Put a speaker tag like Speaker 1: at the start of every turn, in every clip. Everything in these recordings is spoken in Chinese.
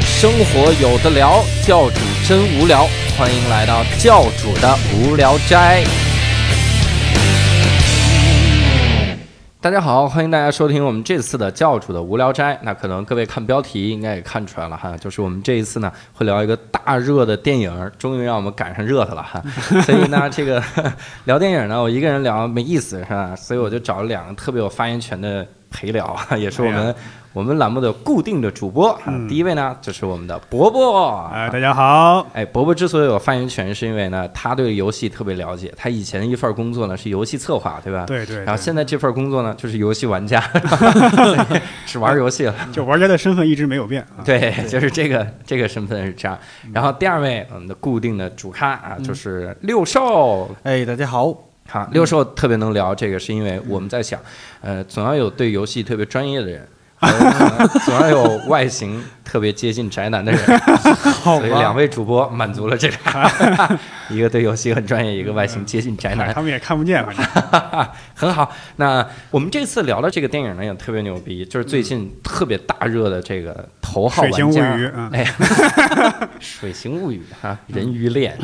Speaker 1: 生活有的聊，教主真无聊，欢迎来到教主的无聊斋。大家好，欢迎大家收听我们这次的教主的无聊斋。那可能各位看标题应该也看出来了哈，就是我们这一次呢会聊一个大热的电影，终于让我们赶上热的了哈。所以呢，这个 聊电影呢，我一个人聊没意思是吧？所以我就找了两个特别有发言权的陪聊啊，也是我
Speaker 2: 哎
Speaker 1: 们、 我们栏目的固定的主播。啊第一位呢就是我们的伯伯，
Speaker 2: 嗯哎，大家好，
Speaker 1: 哎，伯伯之所以有发言权，是因为呢，他对游戏特别了解。他以前一份工作呢是游戏策划，对吧？
Speaker 2: 对对对
Speaker 1: 然后现在这份工作呢，就是游戏玩 家，只玩游戏了。
Speaker 2: 就玩家的身份一直没有变啊。
Speaker 1: 对，就是这个这个身份是这样。
Speaker 2: 嗯
Speaker 1: 然后第二位，我们的固定的主咖啊，就是六兽。
Speaker 3: 哎，大家好，
Speaker 1: 好，六兽特别能聊这个，是因为我们在想，呃，总要有对游戏特别专业的人，还有呢 总要有外形特别接近宅男的人。
Speaker 3: 好
Speaker 1: 所以两位主播满足了这个， 一个对游戏很专业，一个外形接近宅
Speaker 2: 哎
Speaker 1: 男
Speaker 2: 他，们也看不见，反正
Speaker 1: 很好。那我们这次聊的这个电影呢，也特别牛逼，就是最近特别大热的这个《头号玩家》
Speaker 2: 水形物语嗯
Speaker 1: 哎呀， 水形物语哈，人鱼恋。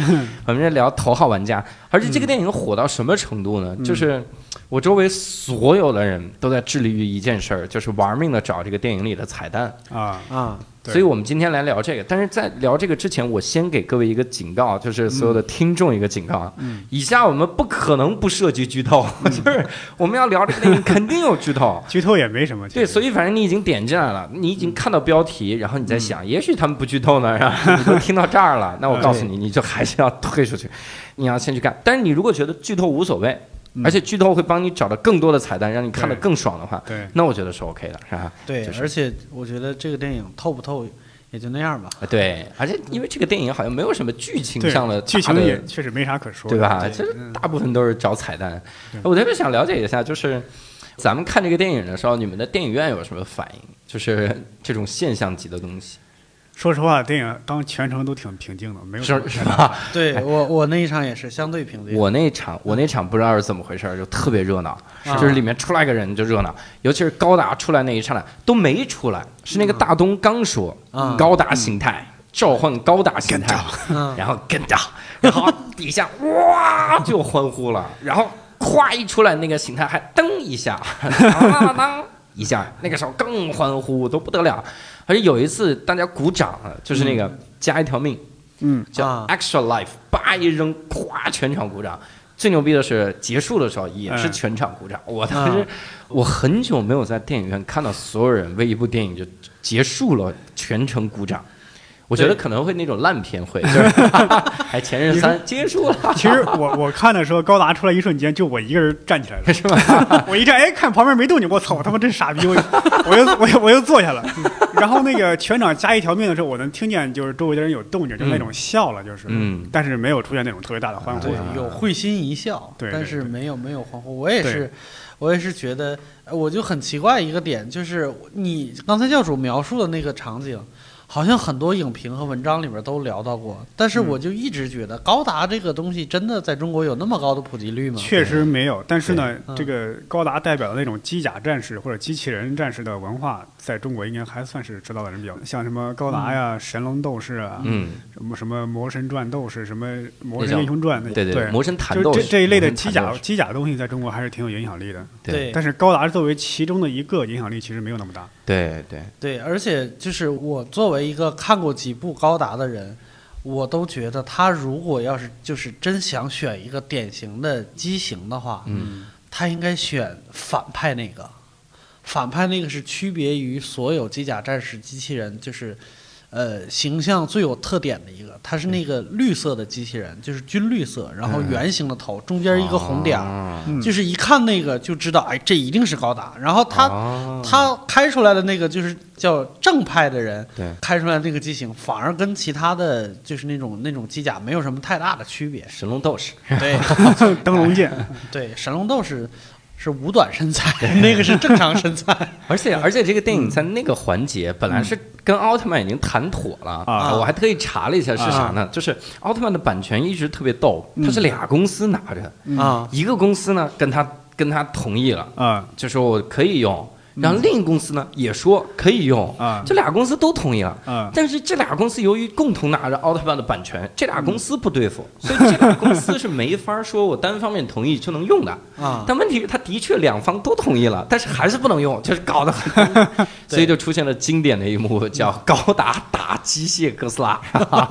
Speaker 1: 我们这聊《头号玩家》，而且这个电影火到什么程度
Speaker 2: 嗯
Speaker 1: 呢？就是我周围所有的人都在致力于一件事儿，就是玩命的找这个电影里的彩蛋。
Speaker 2: 啊，
Speaker 3: 啊，
Speaker 2: 对。
Speaker 1: 所以我们今天来聊这个，但是在聊这个之前，我先给各位一个警告，就是所有的听众一个警告啊。以下我们不可能不涉及剧透，就是我们要聊这个电影肯定有剧透
Speaker 2: 剧透也没什么。
Speaker 1: 对，所
Speaker 2: 以
Speaker 1: 以反正你已经点进来了，你已经看到标题，然后你在想，也许他们不剧透呢，是吧？你都听到这儿了，那我告诉你，你就还是要退出去，你要先去看。但是你如果觉得剧透无所谓，而且剧透会帮你找到更多的彩蛋，让你看得
Speaker 2: 对
Speaker 1: 更爽的话，
Speaker 2: 对
Speaker 1: 那我觉得是 OK 的，是吧？
Speaker 3: 对，
Speaker 1: 就是
Speaker 3: 而且我觉得这个电影透不透也就那样吧。
Speaker 1: 啊，对，而且因为这个电影好像没有什么剧情上的
Speaker 2: 对，剧
Speaker 1: 大
Speaker 2: 情
Speaker 1: 的
Speaker 2: 也确实没啥可说的，
Speaker 1: 对吧？
Speaker 2: 对嗯
Speaker 1: 其实大部分都是找彩蛋
Speaker 2: 对。
Speaker 1: 我特别想了解一下，就是咱们看这个电影的时候，你们的电影院有什么反应？就是这种现象级的东西，
Speaker 2: 说实话，电影当全程都挺平静的，没有什么
Speaker 1: 是是吧？
Speaker 3: 对我，我那一场也是相对平静。
Speaker 1: 我那场我那场不知道是怎么回事儿，就特别热闹，
Speaker 2: 啊
Speaker 1: 就是里面出来个人就热闹，尤其是高达出来那一刹那都没出来，是
Speaker 2: 嗯
Speaker 1: 那个大东刚说
Speaker 2: 啊
Speaker 3: 嗯
Speaker 1: 高达形态。召唤高达形态，
Speaker 3: 嗯
Speaker 1: 然后跟着，然后底下 哇就欢呼了，然后咵一出来那个形态还噔一下，当当当一下，那个时候更欢呼都不得了，而且有一次大家鼓掌啊，就是那个加一条命，
Speaker 2: 嗯，
Speaker 1: 叫
Speaker 3: 啊
Speaker 1: Extra Life，叭一扔，咵全场鼓掌。最牛逼的是结束的时候也是
Speaker 2: 嗯
Speaker 1: 全场鼓掌。我当时
Speaker 3: 啊
Speaker 1: 我很久没有在电影院看到所有人为一部电影就结束了全程鼓掌。我觉得
Speaker 3: 对
Speaker 1: 可能会那种烂片 会，就是还前任三结束了，
Speaker 2: 其实我我看的时候，高达出来一瞬间，就我一个人站起 来 了，
Speaker 1: 是吧？
Speaker 2: 我一站，哎，看旁边没动静，我操，我他妈真傻逼，我 我又我又我又坐下了。嗯然后那个全场加一条命的时候，我能听见就是周围的人有动静，就那种笑了，就是，
Speaker 1: 嗯哎
Speaker 2: 但是没有出现那种特别大的欢呼
Speaker 3: 对。，有会心一笑，
Speaker 2: 对对
Speaker 3: 但是
Speaker 2: 对
Speaker 3: 没有没有欢呼。我也
Speaker 2: 对
Speaker 3: 是，我也是觉得，呃我就很奇怪一个点，就是你刚才教主描述的那个场景，好像很多影评和文章里边都聊到过，但是我就一直觉得高达这个东西真的在中国有那么高的普及率
Speaker 1: 嗯
Speaker 3: 吗？
Speaker 2: 确实没有，但是呢，
Speaker 3: 对嗯
Speaker 2: 这个高达代表的那种机甲战士或者机器人战士的文化，在中国应该还算是知道的人比较多，像什么高达呀、神龙斗士啊，
Speaker 1: 嗯，
Speaker 2: 什么什么魔神传斗士、什么魔
Speaker 1: 那
Speaker 2: 神
Speaker 1: 叫
Speaker 2: 英雄传那
Speaker 1: 对
Speaker 2: 对
Speaker 1: 对，魔神弹
Speaker 2: 就
Speaker 1: 斗
Speaker 2: 这
Speaker 1: 士
Speaker 2: 这一类的
Speaker 1: 魔神
Speaker 2: 机
Speaker 1: 弹
Speaker 2: 甲
Speaker 1: 斗士
Speaker 2: 机甲东西在中国还是挺有影响力的，
Speaker 1: 对
Speaker 3: 对
Speaker 2: 但是高达作为其中的一个，影响力其实没有那么大。
Speaker 1: 对对，
Speaker 3: 对，而且就是我作为一个看过几部高达的人，我都觉得他如果要是就是真想选一个典型的机型的话，
Speaker 1: 嗯，
Speaker 3: 他应该选反派那个。反派那个是区别于所有机甲战士、机器人，就是，呃，形象最有特点的一个。他是
Speaker 1: 嗯
Speaker 3: 那个绿色的机器人，就是军绿色，然后圆形的头，中间一个红点儿，
Speaker 1: 儿，
Speaker 2: 嗯
Speaker 3: 就是一看那个就知道，哎，这一定是高达。然后他
Speaker 1: 哦
Speaker 3: 他开出来的那个就是叫正派的人，
Speaker 1: 对。
Speaker 3: 开出来那个机型，反而跟其他的就是那种那种机甲没有什么太大的区别
Speaker 1: 神龙斗士，
Speaker 3: 对
Speaker 2: 灯笼剑，
Speaker 3: 对，神龙斗士是五短身材， 那个是正常身 材。
Speaker 1: 而且而且这个电影在那个环节本来是跟奥特曼已经谈妥了
Speaker 2: 啊
Speaker 1: 我还特意查了一下是啥呢？就是奥特曼的版权一直特别逗，它是俩公司拿着，
Speaker 3: 啊
Speaker 1: 一个公司呢跟他跟他同意了，
Speaker 2: 啊、
Speaker 1: 就说我可以用，然后另一公司呢也说可以用，
Speaker 2: 啊
Speaker 1: 这俩公司都同意了。
Speaker 2: 啊
Speaker 1: 但是这俩公司由于共同拿着奥特曼的版权，这俩公司不对付，所以这俩公司是没法说我单方面同意就能用的。
Speaker 3: 啊，
Speaker 1: 但问题是，他的确两方都同意了，但是还是不能用，就是搞得很， 所以就出现了经典的一幕，叫高达打机械哥斯拉，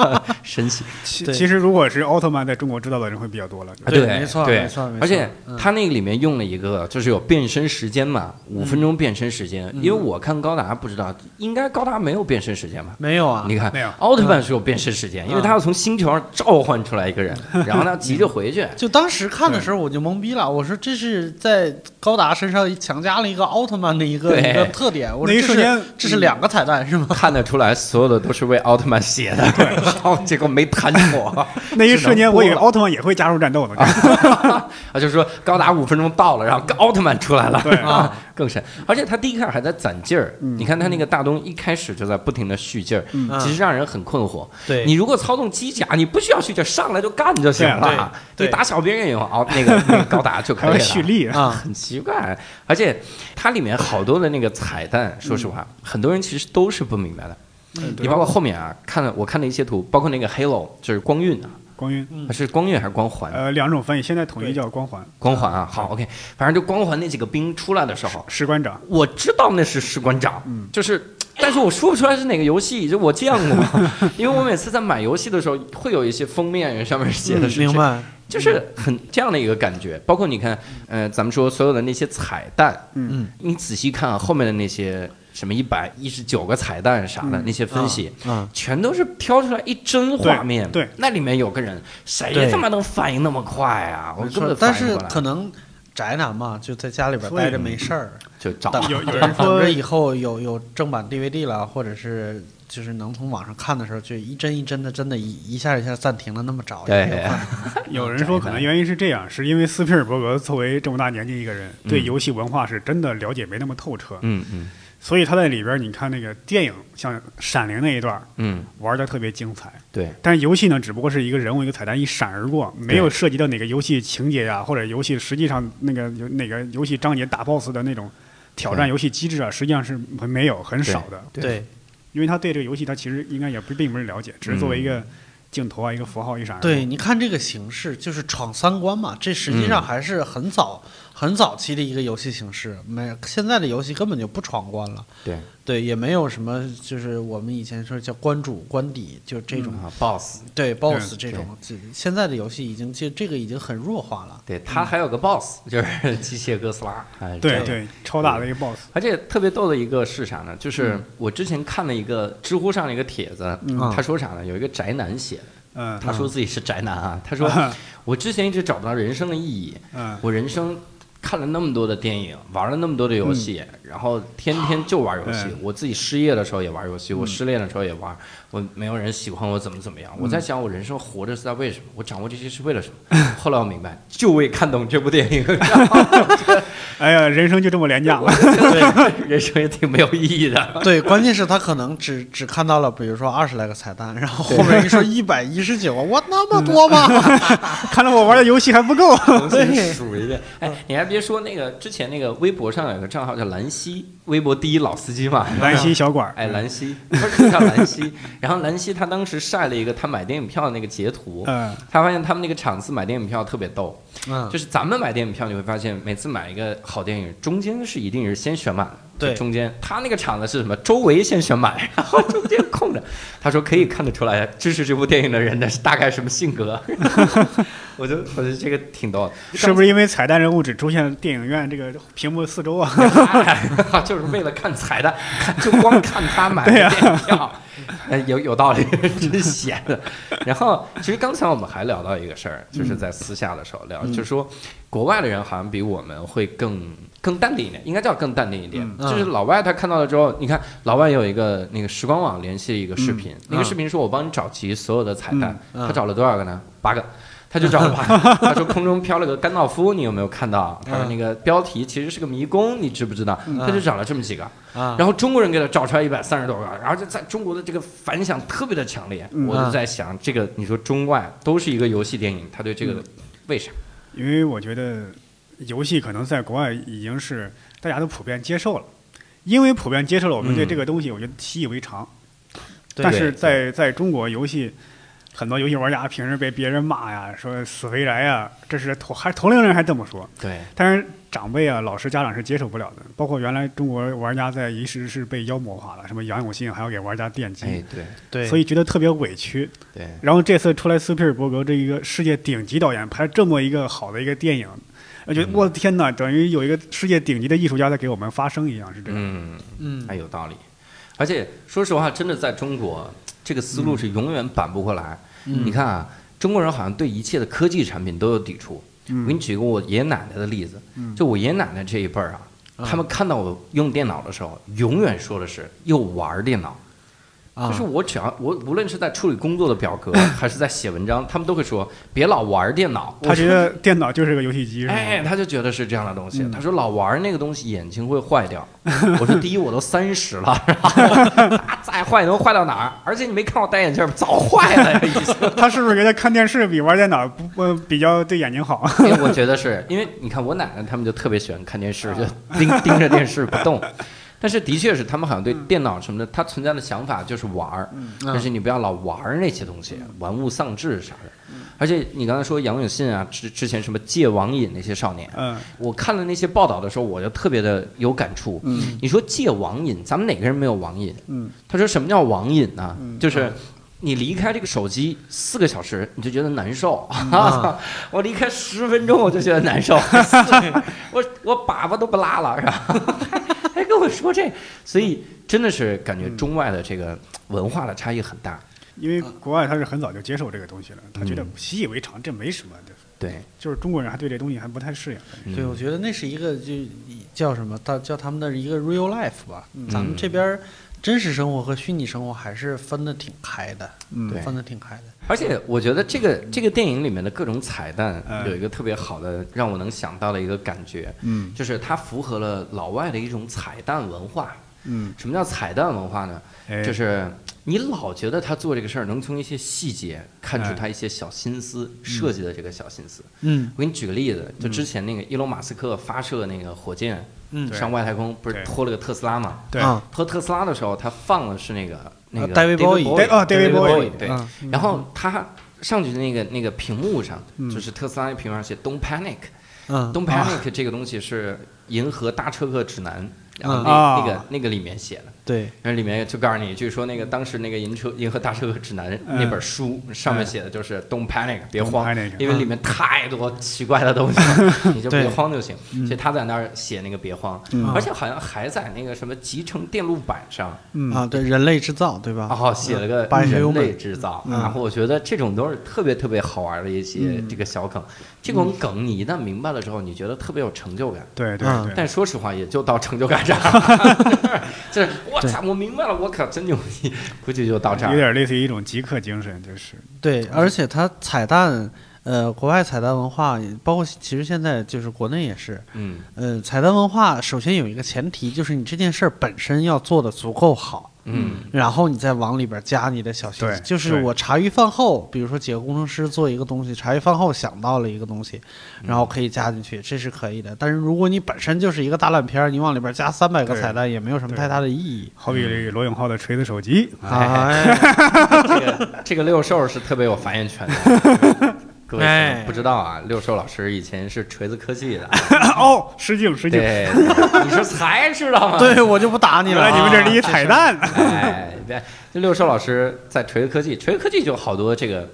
Speaker 1: 神奇。
Speaker 2: 其
Speaker 3: 对
Speaker 2: 其实如果是奥特曼在中国知道的人会比较多 了，
Speaker 1: 啊
Speaker 3: 对
Speaker 1: 对，
Speaker 3: 没错
Speaker 1: 对
Speaker 3: 没错没错
Speaker 1: 而且
Speaker 3: 嗯
Speaker 1: 他那个里面用了一个，就是有变身时间嘛，五分
Speaker 3: 嗯
Speaker 1: 钟变身时间。因为我看高达不知道，应该高达没有变身时间吧？
Speaker 3: 没有啊，
Speaker 1: 你看
Speaker 2: 没有，
Speaker 1: 奥特曼是有变身时间，因为
Speaker 3: 嗯
Speaker 1: 他要从星球上召唤出来一个 人，然后他急着回去。
Speaker 3: 就当时看的时候我就懵逼了，我说这是在高达身上强加了一个奥特曼的一个
Speaker 1: 对
Speaker 3: 一个特点，我
Speaker 2: 那
Speaker 3: 说
Speaker 2: 一
Speaker 3: 这
Speaker 2: 瞬间
Speaker 3: 是这是两个彩蛋 是吗？
Speaker 1: 看得出来，所有的都是为奥特曼写的， 然后结果没谈妥。
Speaker 2: 那一瞬间我以为
Speaker 1: 只能播了
Speaker 2: 奥特曼也会加入战斗呢。
Speaker 1: 啊，就是说高达五分钟到了，然后奥特曼出来了，
Speaker 2: 对
Speaker 1: 啊，更神。而且他第一开始还在攒劲儿，你看他那个大东一开始就在不停的蓄劲儿，
Speaker 3: 嗯
Speaker 1: 其实让人很困惑。
Speaker 3: 对
Speaker 1: 你如果操纵机甲，你不需要蓄劲儿，上来就干就行
Speaker 3: 对
Speaker 1: 了，啊
Speaker 3: 对
Speaker 1: 你打小兵也用奥那个那个高达就可
Speaker 2: 还
Speaker 1: 以
Speaker 2: 有
Speaker 1: 了。
Speaker 2: 蓄力，
Speaker 3: 啊，
Speaker 1: 很奇怪，而且它里面好多的那个彩蛋，说实话，很多人其实都是不明白的。
Speaker 2: 嗯对
Speaker 1: 你包括后面啊，看了我看了一些图，包括那个 Halo，就是光晕啊，
Speaker 2: 光晕，
Speaker 1: 是光晕还是光环？
Speaker 2: 嗯呃，两种翻译，现在统一叫光环、
Speaker 1: 光环啊，好，OK，反正就光环那几个兵出来的时候，
Speaker 2: 士官 长。
Speaker 1: 我知道那是士官长，
Speaker 2: 嗯
Speaker 1: 就是，但是我说不出来是哪个游戏， 就我见过，因为我每次在买游戏的时候，会有一些封面上面写的
Speaker 2: 嗯
Speaker 1: 是、
Speaker 3: 嗯明，白？
Speaker 1: 就是很这样的一个感觉。包括你看，呃，咱们说所有的那些彩蛋，
Speaker 2: 嗯
Speaker 1: 你仔细看、啊、后面的那些什么一百一十九个彩蛋啥的、
Speaker 2: 嗯
Speaker 1: 那些分析。
Speaker 3: 啊，
Speaker 1: 全都是挑出来一帧画面，
Speaker 2: 对对
Speaker 1: 那里面有个人，谁
Speaker 3: 对
Speaker 1: 他妈能反应那么快啊？我
Speaker 3: 没
Speaker 1: 根
Speaker 3: 错
Speaker 1: 本，反
Speaker 3: 哦但
Speaker 1: 应
Speaker 3: 是
Speaker 1: 不过来
Speaker 3: 可能宅男嘛，就在家里边待着没事儿，
Speaker 1: 就找
Speaker 3: 等
Speaker 2: 有有人
Speaker 3: 等
Speaker 2: 说
Speaker 3: 着以后有有正版 DVD 了，或者是就是能从网上看的时候，就一帧一帧的，真的一一下一下暂停了那么找，
Speaker 1: 对
Speaker 3: 也没有办法
Speaker 2: 有人
Speaker 1: 哦
Speaker 2: 说可能原因是这样，是因为斯皮尔伯格作为这么大年纪一个人，对
Speaker 1: 嗯
Speaker 2: 游戏文化是真的了解没那么透彻，
Speaker 1: 嗯嗯
Speaker 2: 所以他在里边儿你看那个电影，像《闪灵》那一段儿
Speaker 1: 嗯，
Speaker 2: 玩的特别精彩，
Speaker 1: 对，
Speaker 2: 但是游戏呢，只不过是一个人物一个彩蛋一闪而过，没有涉及到哪个游戏情节呀、或者游戏实际上那个有哪个游戏章节打 BOSS 的那种挑战
Speaker 1: 对
Speaker 2: 游戏机制啊，实际上是没有很少的，
Speaker 1: 对
Speaker 3: 对
Speaker 2: 因为他对这个游戏他其实应该也不并不是了解，只是作为一个镜头啊、一个符号一闪而过。
Speaker 3: 对，你看这个形式，就是闯三关嘛，这实际
Speaker 1: 嗯
Speaker 3: 上还是很早、很早期的一个游戏形式。没，现在的游戏根本就不闯关了，
Speaker 1: 对
Speaker 3: 对，也没有什么就是我们以前说叫关主、关底，就这种、
Speaker 1: 啊，boss，
Speaker 3: 对 BOSS 这种。这现在的游戏已经这这个已经很弱化了。
Speaker 1: 对他还有个 boss，就是机械哥斯拉，哎
Speaker 2: 对
Speaker 1: 这样
Speaker 2: 对，超大的一个 BOSS，
Speaker 1: 而且特别逗的一个是啥呢？就是我之前看了一个知乎上的一个帖子，他说啥呢？有一个宅男写的，
Speaker 2: 嗯
Speaker 1: 他说自己是宅男啊，他说我之前一直找不到人生的意义，
Speaker 2: 嗯，
Speaker 1: 我人生看了那么多的电影，玩了那么多的游戏，然后天天就玩游戏。
Speaker 2: 嗯
Speaker 1: 我自己失业的时候也玩游戏，我失恋的时候也玩，我没有人喜欢我怎么怎么样。我在想，我人生活着是在为什么？我掌握这些是为了什么？ 后来我明白，就为看懂这部电影。
Speaker 2: 哎呀，人生就这么廉价
Speaker 1: 我
Speaker 2: 了。
Speaker 1: 就觉得人生也挺没有意义的。
Speaker 3: 对，关键是他可能只只看到了，比如说二十来个彩蛋，然后后面一说一百一十九，我那么多吗？
Speaker 2: 看来我玩的游戏还不 够。
Speaker 1: 重新数一遍。 哎，你还别说，那个之前那个微博上有个账号叫兰溪，微博第一老司机 嘛。
Speaker 2: 兰溪小馆儿，
Speaker 1: 哎，兰溪不是叫兰溪， 然后兰溪他当时晒了一个他买电影票的那个截图，
Speaker 2: 嗯
Speaker 1: 他发现他们那个场次买电影票特别逗，
Speaker 3: 嗯，
Speaker 1: 就是咱们买电影票你会发现，每次买一个好电影，中间是一定是先选满的，
Speaker 3: 对
Speaker 1: 就中间他那个场子是什么？周围先选满， 然后中间空着。他说可以看得出来，支持这部电影的人的是大概什么性格。 我就我觉得这个挺逗的，
Speaker 2: 是不是因为彩蛋人物只出现电影院这个屏幕四周啊？
Speaker 1: 哎 就是为了看彩蛋，就光看他买的电影票，哎有有道理，真闲的。然后，其实刚才我们还聊到一个事儿，
Speaker 3: 嗯
Speaker 1: 就是在私下的时候聊，就是说国外的人好像比我们会更更淡定一点，应该叫更淡定一点。
Speaker 3: 嗯
Speaker 1: 就是老外他看到了之后，你看老外有一个那个时光网联系一个视频，那个
Speaker 3: 嗯
Speaker 1: 视频说我帮你找齐所有的彩蛋，
Speaker 3: 嗯嗯
Speaker 1: 他找了多少个呢？八个。他就找了八个， 他说空中飘了个甘道夫，你有没有看到？他说那个标题其实是个迷宫，你知不知道？他就找了这么几个，
Speaker 3: 啊，
Speaker 1: 然后中国人给他找出来一百三十多个，然后就在中国的这个反响特别的强烈。
Speaker 2: 嗯
Speaker 1: 我就在想，这个你说中外都是一个游戏电影，他对这个为啥？
Speaker 2: 因为我觉得游戏可能在国外已经是大家都普遍接受了，因为普遍接受了我们对
Speaker 1: 嗯
Speaker 2: 这个东西，我觉得习以为常。
Speaker 3: 嗯对
Speaker 2: 但是在在中国游戏，很多游戏玩家平时被别人骂呀，说死肥宅呀，这是同还同龄人还这么说，
Speaker 1: 对，
Speaker 2: 但是长辈啊、老师、家长是接受不了的。包括原来中国玩家在一时是被妖魔化了，什么杨永信还要给玩家电击，
Speaker 1: 哎对
Speaker 3: 对，
Speaker 2: 所以觉得特别委屈。
Speaker 1: 对，
Speaker 2: 然后这次出来斯皮尔伯格这一个世界顶级导演拍这么一个好的一个电影，我觉得我的天哪，等于有一个世界顶级的艺术家在给我们发声一样，是这样。
Speaker 1: 嗯，
Speaker 3: 嗯
Speaker 1: 还有道理。而且说实话，真的在中国，这个思路是永远扳不过来。你看啊，中国人好像对一切的科技产品都有抵触。我
Speaker 2: 嗯
Speaker 1: 给你举个我爷爷奶奶的例子，就我爷爷奶奶这一辈儿啊，
Speaker 2: 嗯
Speaker 1: 他们看到我用电脑的时候，永远说的是又玩儿电脑。
Speaker 2: 嗯
Speaker 3: 啊
Speaker 1: 就是我只要我无论是在处理工作的表格，还是在写文章，他们都会说别老玩儿电脑。
Speaker 2: 他觉得电脑就是嗯个游戏机，是吗？
Speaker 1: 哎，他就觉得是这样的东西。
Speaker 2: 嗯
Speaker 1: 他说老玩儿那个东西眼睛会坏 掉。我说第一我都三十了，然后 再坏能坏到哪儿？而且你没看我戴眼镜吗？早坏了呀，已经。
Speaker 2: 他是不是觉得看电视比玩电脑不不比较对眼睛好？
Speaker 1: 因为我觉得是因为你看我奶奶他们就特别喜欢看电视，就盯盯着电视不动。但是的确是他们好像对电脑什么的，它存在的想法就是玩儿，但是你不要老玩儿那些东西，玩物丧志啥的。而且你刚才说杨永信啊，之之前什么戒网瘾那些少年，
Speaker 2: 嗯，
Speaker 1: 我看了那些报道的时候，我就特别的有感触。
Speaker 2: 嗯
Speaker 1: 你说戒网瘾，咱们哪个人没有网瘾？
Speaker 2: 嗯，
Speaker 1: 他说什么叫网瘾呢、
Speaker 2: 嗯
Speaker 1: 就是你离开这个手机四个小时，你就觉得难受。
Speaker 2: 嗯
Speaker 3: 啊
Speaker 1: 我离开十分钟，我就觉得难 受。我我粑粑都不拉了，是吧？ 还跟我说这，所以真的是感
Speaker 2: 嗯
Speaker 1: 觉中外的这个文化的差异很大。
Speaker 2: 因为国外他是很早就接受这个东西了，他觉得习以为常，这没什么的。
Speaker 1: 对，
Speaker 2: 就是中国人还对这东西还不太适应。
Speaker 1: 嗯
Speaker 3: 对，我觉得那是一个就叫什么，他叫他们的一个 real life 吧。嗯咱们这边儿真实生活和虚拟生活还是分的挺开的，
Speaker 2: 嗯
Speaker 1: 对
Speaker 3: 分的挺开的。
Speaker 1: 而且我觉得这个这个电影里面的各种彩蛋
Speaker 2: 嗯
Speaker 1: 有一个特别好的，让我能想到的一个感觉，
Speaker 2: 嗯
Speaker 1: 就是它符合了老外的一种彩蛋文化。
Speaker 2: 嗯，
Speaker 1: 什么叫彩蛋文化呢？
Speaker 2: 哎
Speaker 1: 就是你老觉得他做这个事儿能从一些细节看
Speaker 2: 哎
Speaker 1: 出他一些小心思，
Speaker 2: 嗯
Speaker 1: 设计的这个小心思。
Speaker 3: 嗯
Speaker 1: 我给你举个例子，就之前那个伊隆马斯克发射那个火箭
Speaker 3: 嗯
Speaker 2: 对
Speaker 1: 上外太空，不是
Speaker 2: 对
Speaker 1: 拖了个特斯拉嘛？
Speaker 2: 对，啊
Speaker 3: 啊，
Speaker 1: 拖特斯拉的时候，他放的是那个那个
Speaker 3: David Bowie
Speaker 1: Bowie
Speaker 2: 哦，David Bowie，
Speaker 1: 对，
Speaker 3: 嗯
Speaker 1: 然后他上去的那个那个屏幕上，
Speaker 2: 嗯啊
Speaker 1: 就是特斯拉那屏幕上写 “Don't panic”。
Speaker 3: 嗯
Speaker 1: “Don't panic” 这个东西是银河大车客指南，然后那、
Speaker 2: 啊
Speaker 1: 那个那个里面写的，
Speaker 3: 对，
Speaker 1: 然后里面就告诉你，据说那个当时那个银车银河大车客指南
Speaker 2: 嗯
Speaker 1: 那本书上面写的就是 “Don't panic”，别
Speaker 2: Don't
Speaker 1: 慌
Speaker 2: panic，，嗯
Speaker 1: 因为里面太多奇怪的东西了， 你就别
Speaker 3: 对
Speaker 1: 慌就行。所以他在那儿写那个别慌，
Speaker 2: 嗯
Speaker 1: 而且好像还在那个什么集成电路板上。
Speaker 2: 嗯
Speaker 3: 啊，对，人类制造，对
Speaker 2: 啊
Speaker 3: 吧？
Speaker 1: 哦，写了个
Speaker 3: 白
Speaker 1: 人类
Speaker 3: 美，
Speaker 1: 制造，
Speaker 2: 嗯
Speaker 1: 然后我觉得这种都是特别特别好玩的一些这个小梗，这种梗你一旦明白了之后，你觉得特别有成就感。
Speaker 2: 对对
Speaker 3: 嗯
Speaker 2: 对，
Speaker 1: 但说实话，也就到成就感上，就是我操，我明白了，我靠，真牛逼，估计就到这
Speaker 2: 有
Speaker 1: 儿。
Speaker 2: 点类似于一种极客精神，就是
Speaker 3: 对，而且它彩蛋，呃，国外彩蛋文化，包括其实现在就是国内也是，
Speaker 1: 嗯，
Speaker 3: 呃，彩蛋文化首先有一个前提，就是你这件事儿本身要做的足够好。
Speaker 1: 嗯，
Speaker 3: 然后你再往里边加你的小心
Speaker 2: 对
Speaker 3: 思，就是
Speaker 2: 对
Speaker 3: 我茶余饭后，比如说几个工程师做一个东西，茶余饭后想到了一个东西，然后可以加进去，这是可以的。但是如果你本身就是一个大烂片儿，你往里边加三百个
Speaker 2: 对
Speaker 3: 彩蛋也没有什么
Speaker 2: 对
Speaker 3: 太大的意义。
Speaker 2: 好比罗永浩的锤子手机，
Speaker 3: 哎，
Speaker 1: 嗯 这个这个六兽是特别有发言权的。各位可能不知道啊，六兽老师以前是锤子科技的，
Speaker 2: 哦，失敬失敬，
Speaker 1: 对，你是才知道吗？
Speaker 3: 对我就不打你
Speaker 2: 原
Speaker 3: 了
Speaker 2: 来
Speaker 3: 啊。
Speaker 2: 你们这是一彩蛋，
Speaker 1: 哎，别，这六兽老师在锤科技，锤科技就好多这个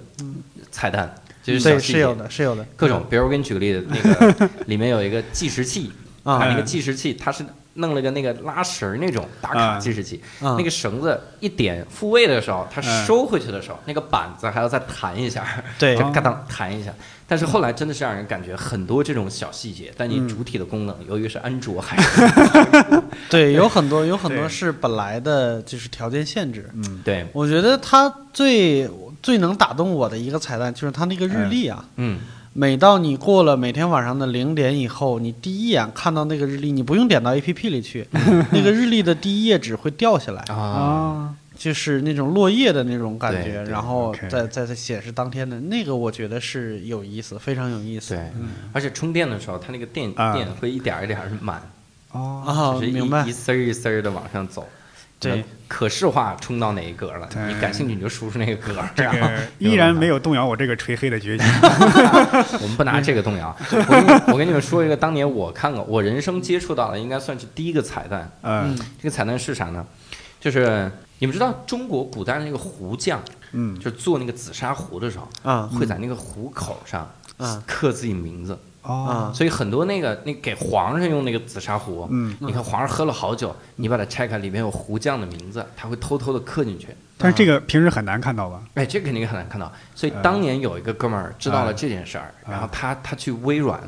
Speaker 1: 彩蛋，就是小
Speaker 3: 对
Speaker 1: 细
Speaker 3: 是有
Speaker 1: 节，
Speaker 3: 的，是有的。
Speaker 1: 各种。比如我给你举个例子，那 个里面有一个计时器
Speaker 3: 啊
Speaker 1: 它那个计时器它是弄了个那个拉绳儿那种打卡
Speaker 2: 嗯
Speaker 1: 计时器，
Speaker 3: 嗯
Speaker 1: 那个绳子一点复位的时候，它
Speaker 2: 嗯
Speaker 1: 收回去的时候，那个板子还要再弹一下，
Speaker 3: 对
Speaker 1: 就嘎当弹一下。但是后来真的是让人感觉很多这种小细节，但你
Speaker 3: 嗯
Speaker 1: 主体的功能，由于是安卓还是
Speaker 3: 对，有很多有很多
Speaker 2: 对
Speaker 3: 是本来的就是条件限制。
Speaker 2: 嗯，
Speaker 1: 对，
Speaker 3: 我觉得它最最能打动我的一个彩蛋就是它那个日历啊。
Speaker 1: 嗯，
Speaker 3: 每到你过了每天晚上的零点以后，你第一眼看到那个日历，你不用点到 A P P 里去， 那个日历的第一页纸会掉下来，
Speaker 1: 嗯啊，
Speaker 2: 啊，
Speaker 3: 就是那种落叶的那种感觉
Speaker 1: 对，对
Speaker 3: 然后
Speaker 2: OK
Speaker 3: 再再再显示当天的那个，我觉得是有意思，非常有意思。
Speaker 1: 对，而且充电的时候，它那个电
Speaker 2: 啊
Speaker 1: 电会一点儿一点儿满。
Speaker 2: 哦，
Speaker 3: 啊，
Speaker 1: 就是一
Speaker 3: 明白
Speaker 1: 一，丝儿一丝儿的往上走。
Speaker 3: 对，
Speaker 1: 可视化冲到哪一格了，
Speaker 2: 哎对
Speaker 1: 你感兴趣你就输出那个格 儿。
Speaker 2: 这
Speaker 1: 然后
Speaker 2: 个依然没有动摇我这个锤黑的决心。
Speaker 1: 我们不拿这个动 摇。我跟你我跟你们说一个，当年我看过，我人生接触到的应该算是第一个彩蛋。
Speaker 2: 嗯
Speaker 3: 嗯
Speaker 1: 这个彩蛋是啥呢？就是你们知道中国古代那个壶匠，
Speaker 2: 嗯
Speaker 1: 就是做那个紫砂壶的时候，
Speaker 3: 啊
Speaker 1: 会在那个壶口上
Speaker 2: 嗯
Speaker 3: 啊
Speaker 1: 刻自己名字。
Speaker 2: 哦
Speaker 3: 啊，
Speaker 1: 所以很多那个那给皇上用那个紫砂壶，
Speaker 2: 嗯，
Speaker 1: 你看皇上喝了好酒，你把它拆开，里面有壶匠的名字，他会偷偷的刻进去。
Speaker 2: 但是这个平时很难看到吧？
Speaker 1: 哎，这个肯定很难看到。所以当年有一个哥们儿知道了这件事儿，
Speaker 2: 嗯
Speaker 1: 然后他他去微软，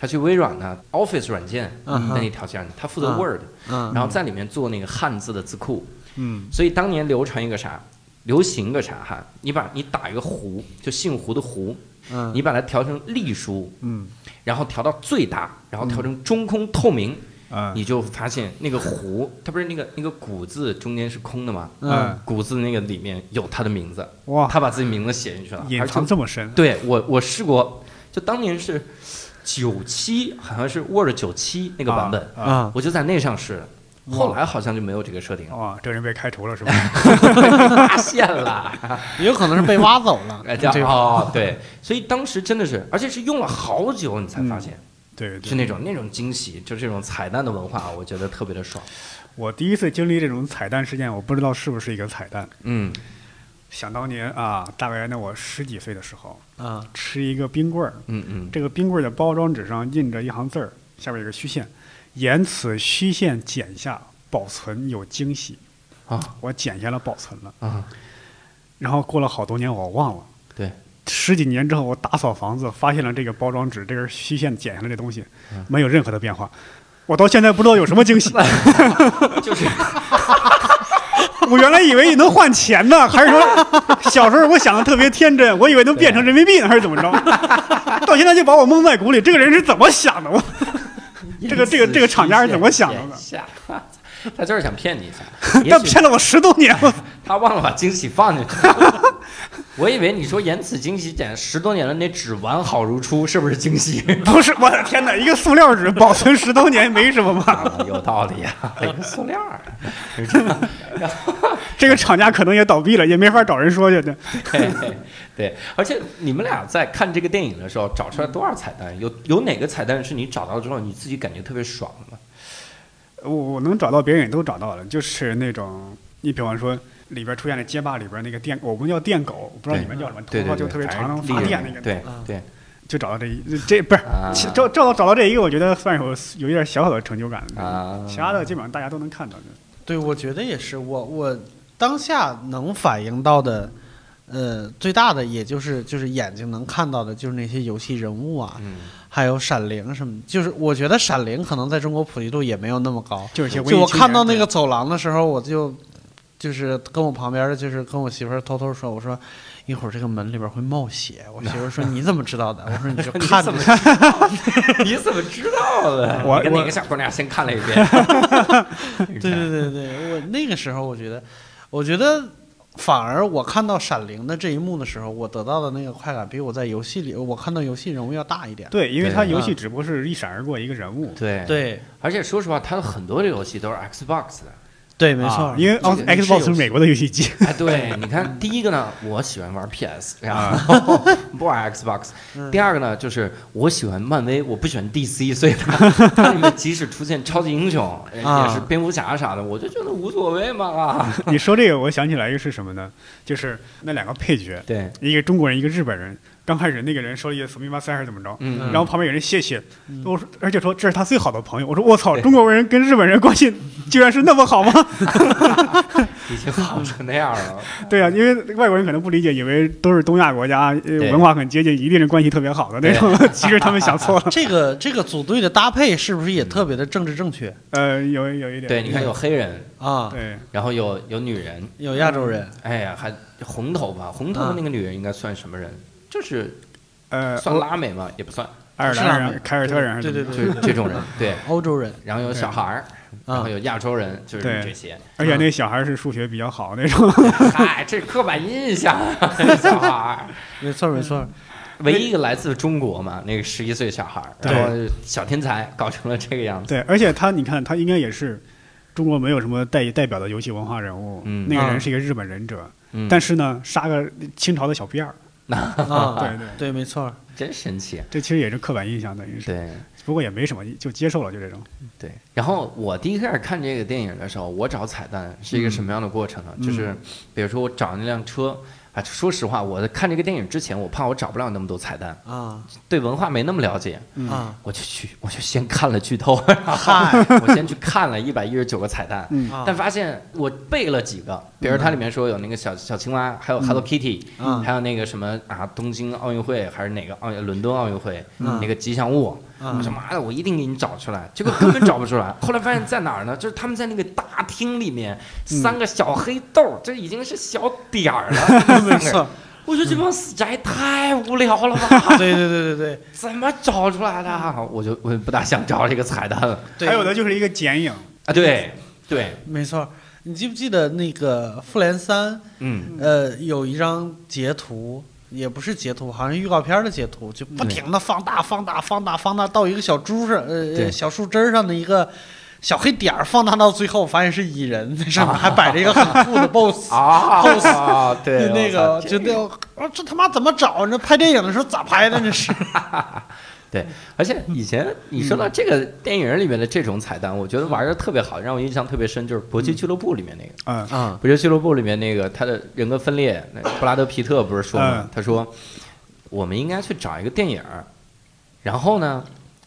Speaker 1: 他去微软呢 Office 软件
Speaker 3: 嗯
Speaker 1: 那一条线，他负责
Speaker 3: 嗯
Speaker 1: Word，
Speaker 3: 啊
Speaker 1: 然后在里面做那个汉字的字库。
Speaker 2: 嗯
Speaker 1: 所以当年流传一个啥，流行个啥哈，你把你打一个胡，就姓胡的胡，
Speaker 3: 嗯
Speaker 1: 你把它调成隶书，
Speaker 2: 嗯
Speaker 1: 然后调到最大，然后调成中空透明，
Speaker 2: 啊
Speaker 1: 你就发现那个胡，它不是那个那个古字中间是空的吗？
Speaker 2: 嗯
Speaker 1: 古字那个里面有他的名字，
Speaker 2: 哇，
Speaker 1: 他把自己名字写进去了，
Speaker 2: 隐
Speaker 1: 而且
Speaker 2: 藏这么深，
Speaker 1: 对我，我试过，就当年是九七，好像是 Word 九七那个版本，
Speaker 2: 啊
Speaker 3: 啊
Speaker 1: 我就在那上试的。后来好像就没有这个设定
Speaker 2: 啊
Speaker 1: 了，
Speaker 2: 哇，这人被开除了是吧？
Speaker 1: 发现了，，
Speaker 3: 有可能是被挖走了
Speaker 1: 哎，叫
Speaker 3: 这个
Speaker 1: 哦，对，所以当时真的是，而且是用了好久你才发现，
Speaker 2: 对对
Speaker 1: 是，那种那种惊喜，就这种彩蛋的文化，我觉得特别的爽。
Speaker 2: 我第一次经历这种彩蛋事件，我不知道是不是一个彩蛋。
Speaker 1: 嗯，
Speaker 2: 想当年啊，大概那我十几岁的时候，
Speaker 3: 啊
Speaker 2: 吃一个冰棍儿，
Speaker 1: 嗯嗯，
Speaker 2: 这个冰棍儿的包装纸上印着一行字儿，下面有个虚线，沿此虚线剪下，保存有惊喜。
Speaker 1: 啊
Speaker 2: 我剪下了，保存了。
Speaker 1: 啊，
Speaker 2: 然后过了好多年，我忘了。
Speaker 1: 对，
Speaker 2: 十几年之后，我打扫房子，发现了这个包装纸，这根虚线剪下来的东西，
Speaker 1: 嗯
Speaker 2: 没有任何的变化。我到现在不知道有什么惊喜。
Speaker 1: 就是
Speaker 2: 我原来以为你能换钱呢，还是说小时候我想的特别天真，我以为能变成人民币呢，还是怎么着？到现在就把我蒙在鼓里，这个人是怎么 想的？我这个这个这个厂家是怎么想的呢？
Speaker 1: 吓， 他就是想骗你一 下，也
Speaker 2: 但
Speaker 1: 许
Speaker 2: 骗了我十多年了。
Speaker 1: 他忘了把惊喜放进去。 我以为你说言辞惊喜简十多年了，那纸完好如初，是不是惊喜？
Speaker 2: 不是，我的天哪，一个塑料纸保存十多年没什么吧？
Speaker 1: 啊有道理 啊，一个塑料儿。
Speaker 2: 这个厂家可能也倒闭了，也没法找人说去。
Speaker 1: 对对，而且你们俩在看这个电影的时候，找出来多少彩蛋？有有哪个彩蛋是你找到之后你自己感觉特别爽的吗？
Speaker 2: 我我能找到别人也都找到了，就是那种你比方说里边出现了街霸里边那个电，我们叫电狗，我不知道你们叫什么，头
Speaker 1: 对
Speaker 2: 发
Speaker 1: 对
Speaker 2: 就
Speaker 1: 对，
Speaker 2: 特别
Speaker 1: 反
Speaker 2: 长，能
Speaker 1: 正
Speaker 2: 发
Speaker 1: 利
Speaker 2: 电
Speaker 1: 润
Speaker 2: 那个。
Speaker 1: 对
Speaker 3: 啊
Speaker 1: 对，
Speaker 2: 就找到这一这不是
Speaker 1: 啊
Speaker 2: 其找找到找到这一个，我觉得算是我有一点小小的成就感
Speaker 1: 啊
Speaker 2: 其他的基本上大家都能看到的。
Speaker 3: 对，我觉得也是。我我当下能反映到的，呃，最大的也就是就是眼睛能看到的，就是那些游戏人物啊，
Speaker 1: 嗯，
Speaker 3: 还有《闪灵》什么的。就是我觉得《闪灵》可能在中国普及度也没有那么高。
Speaker 2: 就是一些文艺
Speaker 3: 就我
Speaker 2: 青
Speaker 3: 看到那
Speaker 2: 年
Speaker 3: 个走廊的时候，我就就是跟我旁边的，就是跟我媳妇儿偷偷说，我说一会儿这个门里边会冒血。我媳妇儿说你怎么知道的？我说你就看 着
Speaker 1: 你怎么。 你怎么知道的？
Speaker 2: 我
Speaker 1: 你跟哪
Speaker 2: 我
Speaker 1: 个小姑娘先看了一遍？
Speaker 3: 对对对对，我那个时候我觉得，我觉得反而我看到《闪灵》的这一幕的时候，我得到的那个快感比我在游戏里我看到游戏人物要大一点。
Speaker 2: 对，因为
Speaker 1: 对啊
Speaker 2: 它游戏只不过是一闪而过一个人物，
Speaker 1: 对，
Speaker 3: 对
Speaker 1: 而且说实话，它的很多的游戏都是 Xbox 的。
Speaker 3: 对，没错
Speaker 2: 啊，因为
Speaker 1: 这个
Speaker 2: X-
Speaker 1: 是游戏
Speaker 2: Xbox 是美国的游戏机，
Speaker 1: 哎，对，你看，第一个呢，我喜欢玩 PS，然后不玩 Xbox。第二个呢，就是我喜欢漫威，我不喜欢 DC，所以它它里面即使出现超级英雄，
Speaker 3: 啊
Speaker 1: 也是蝙蝠侠啥的，我就觉得无所谓嘛啊。
Speaker 2: 你说这个，我想起来一个是什么呢？就是那两个配角，
Speaker 1: 对，嗯
Speaker 2: 一个中国人，一个日本人。刚开始那个人说了一个“索密马塞”还是怎么着，
Speaker 1: 嗯
Speaker 2: 然后旁边有人谢谢，我说，而且说这是他最好的朋友。我说我操，中国人跟日本人关系居然是那么好吗？
Speaker 1: 已经好成那样了。
Speaker 2: 对啊，因为外国人可能不理解，以为都是东亚国家，呃
Speaker 1: 对
Speaker 2: 文化很接近，一定是关系特别好的那种。 其实他们想错了，
Speaker 3: 这个这个组队的搭配是不是也特别的政治正确
Speaker 2: 呃，有有一点。
Speaker 1: 对，你看有黑人，
Speaker 3: 啊？
Speaker 2: 对
Speaker 1: 然后有有女人，
Speaker 3: 有亚洲
Speaker 2: 嗯
Speaker 3: 人，
Speaker 1: 哎呀，还红头发，红头发那个女人应该算什么人？就是
Speaker 2: 呃，
Speaker 1: 算拉美吗？也不算，
Speaker 2: 爱尔
Speaker 3: 是哪儿
Speaker 2: 兰人、凯尔特人还是
Speaker 3: 对
Speaker 2: 怎么
Speaker 3: 对
Speaker 2: 着
Speaker 1: 就
Speaker 3: 对，
Speaker 1: 是 这种人。对，
Speaker 3: 欧洲人
Speaker 1: 然后有小孩儿，然
Speaker 3: 啊
Speaker 1: 后，有亚洲人，就是
Speaker 2: 嗯对
Speaker 1: 这些。 哎
Speaker 2: 而且那小孩是数学比较好那种。
Speaker 1: 啊 嗨，这刻板印象，小孩儿。
Speaker 3: 没错没错。
Speaker 1: 唯一一个来自中国嘛，那个十一岁小孩儿，然后小天才搞成了这个样子。
Speaker 2: 对，而且他你看，他应该也是中国没有什么代代表的游戏文化人物，
Speaker 1: 嗯
Speaker 2: 那个
Speaker 3: 啊
Speaker 2: 人是一个日本忍者，
Speaker 1: 嗯，
Speaker 2: 但是呢，杀个清朝的小辫儿，
Speaker 3: 啊，
Speaker 2: 嗯对对
Speaker 3: 对，没错儿。
Speaker 1: 真神奇。啊
Speaker 2: 这其实也是刻板印象，等于是，
Speaker 1: 对
Speaker 2: 不过也没什么，就接受了，就这种。
Speaker 1: 对。然后我第一开始看这个电影的时候，我找彩蛋是
Speaker 2: 嗯
Speaker 1: 一个什么样的过程呢？就是比如说我找那辆车。啊，说实话，我在看这个电影之前，我怕我找不了那么多彩蛋，
Speaker 3: 啊
Speaker 1: 对文化没那么了解，
Speaker 2: 嗯
Speaker 3: 啊
Speaker 1: 我就去，我就先看了剧透， 然后哎我先去看了一百一十九个彩蛋，
Speaker 2: 嗯
Speaker 3: 啊！
Speaker 1: 但发现我背了几个，嗯比如它里面说有那个小小青蛙，还有 Hello Kitty，、
Speaker 3: 嗯
Speaker 1: 还有那个什么啊，东京奥运会还是哪个奥运伦敦奥运会、
Speaker 3: 嗯
Speaker 1: 那个吉祥物，
Speaker 3: 嗯
Speaker 1: 我说妈的，我一定给你找出 来，结果根本找不出来。后来发现在哪儿呢？就是他们在那个大厅里面，三个小黑豆儿，这已经是小点儿 了，
Speaker 3: 没错儿，
Speaker 1: 我说这帮死宅太无聊了 吧？
Speaker 3: 啊对对对对对
Speaker 1: 怎么找出来的？我就我就不大想找这个彩蛋了
Speaker 3: 对。
Speaker 2: 还有的就是一个剪影，
Speaker 1: 啊！对对，
Speaker 3: 没错儿，你记不记得那个《复联三》？
Speaker 1: 嗯，
Speaker 3: 呃，有一张截图，也不是截图，好像预告片儿的截图，就不停的放大、放大、放大、放大到一个小猪上，
Speaker 1: 对
Speaker 3: 呃，小树枝儿上的一个小黑点儿，放大到最后发现是蚁人，那上面还摆着一个 很酷的 BOSS。
Speaker 1: 啊，对
Speaker 3: 就那
Speaker 1: 我
Speaker 3: 个，
Speaker 1: 操
Speaker 3: 就那个，我这他妈怎么找？啊你这拍电影的时候咋拍的？这 是
Speaker 1: 对，而且以前你说到这个电影里面的这种彩蛋，我觉得玩的特别好，让我印象特别深，就是《搏击俱乐部》里面那个。
Speaker 2: 嗯
Speaker 3: 啊，
Speaker 1: 搏击俱乐部里面那个他的人格分裂，那布拉德皮特不是说吗
Speaker 2: 嗯？
Speaker 1: 他说我们应该去找一个电影儿，然后呢，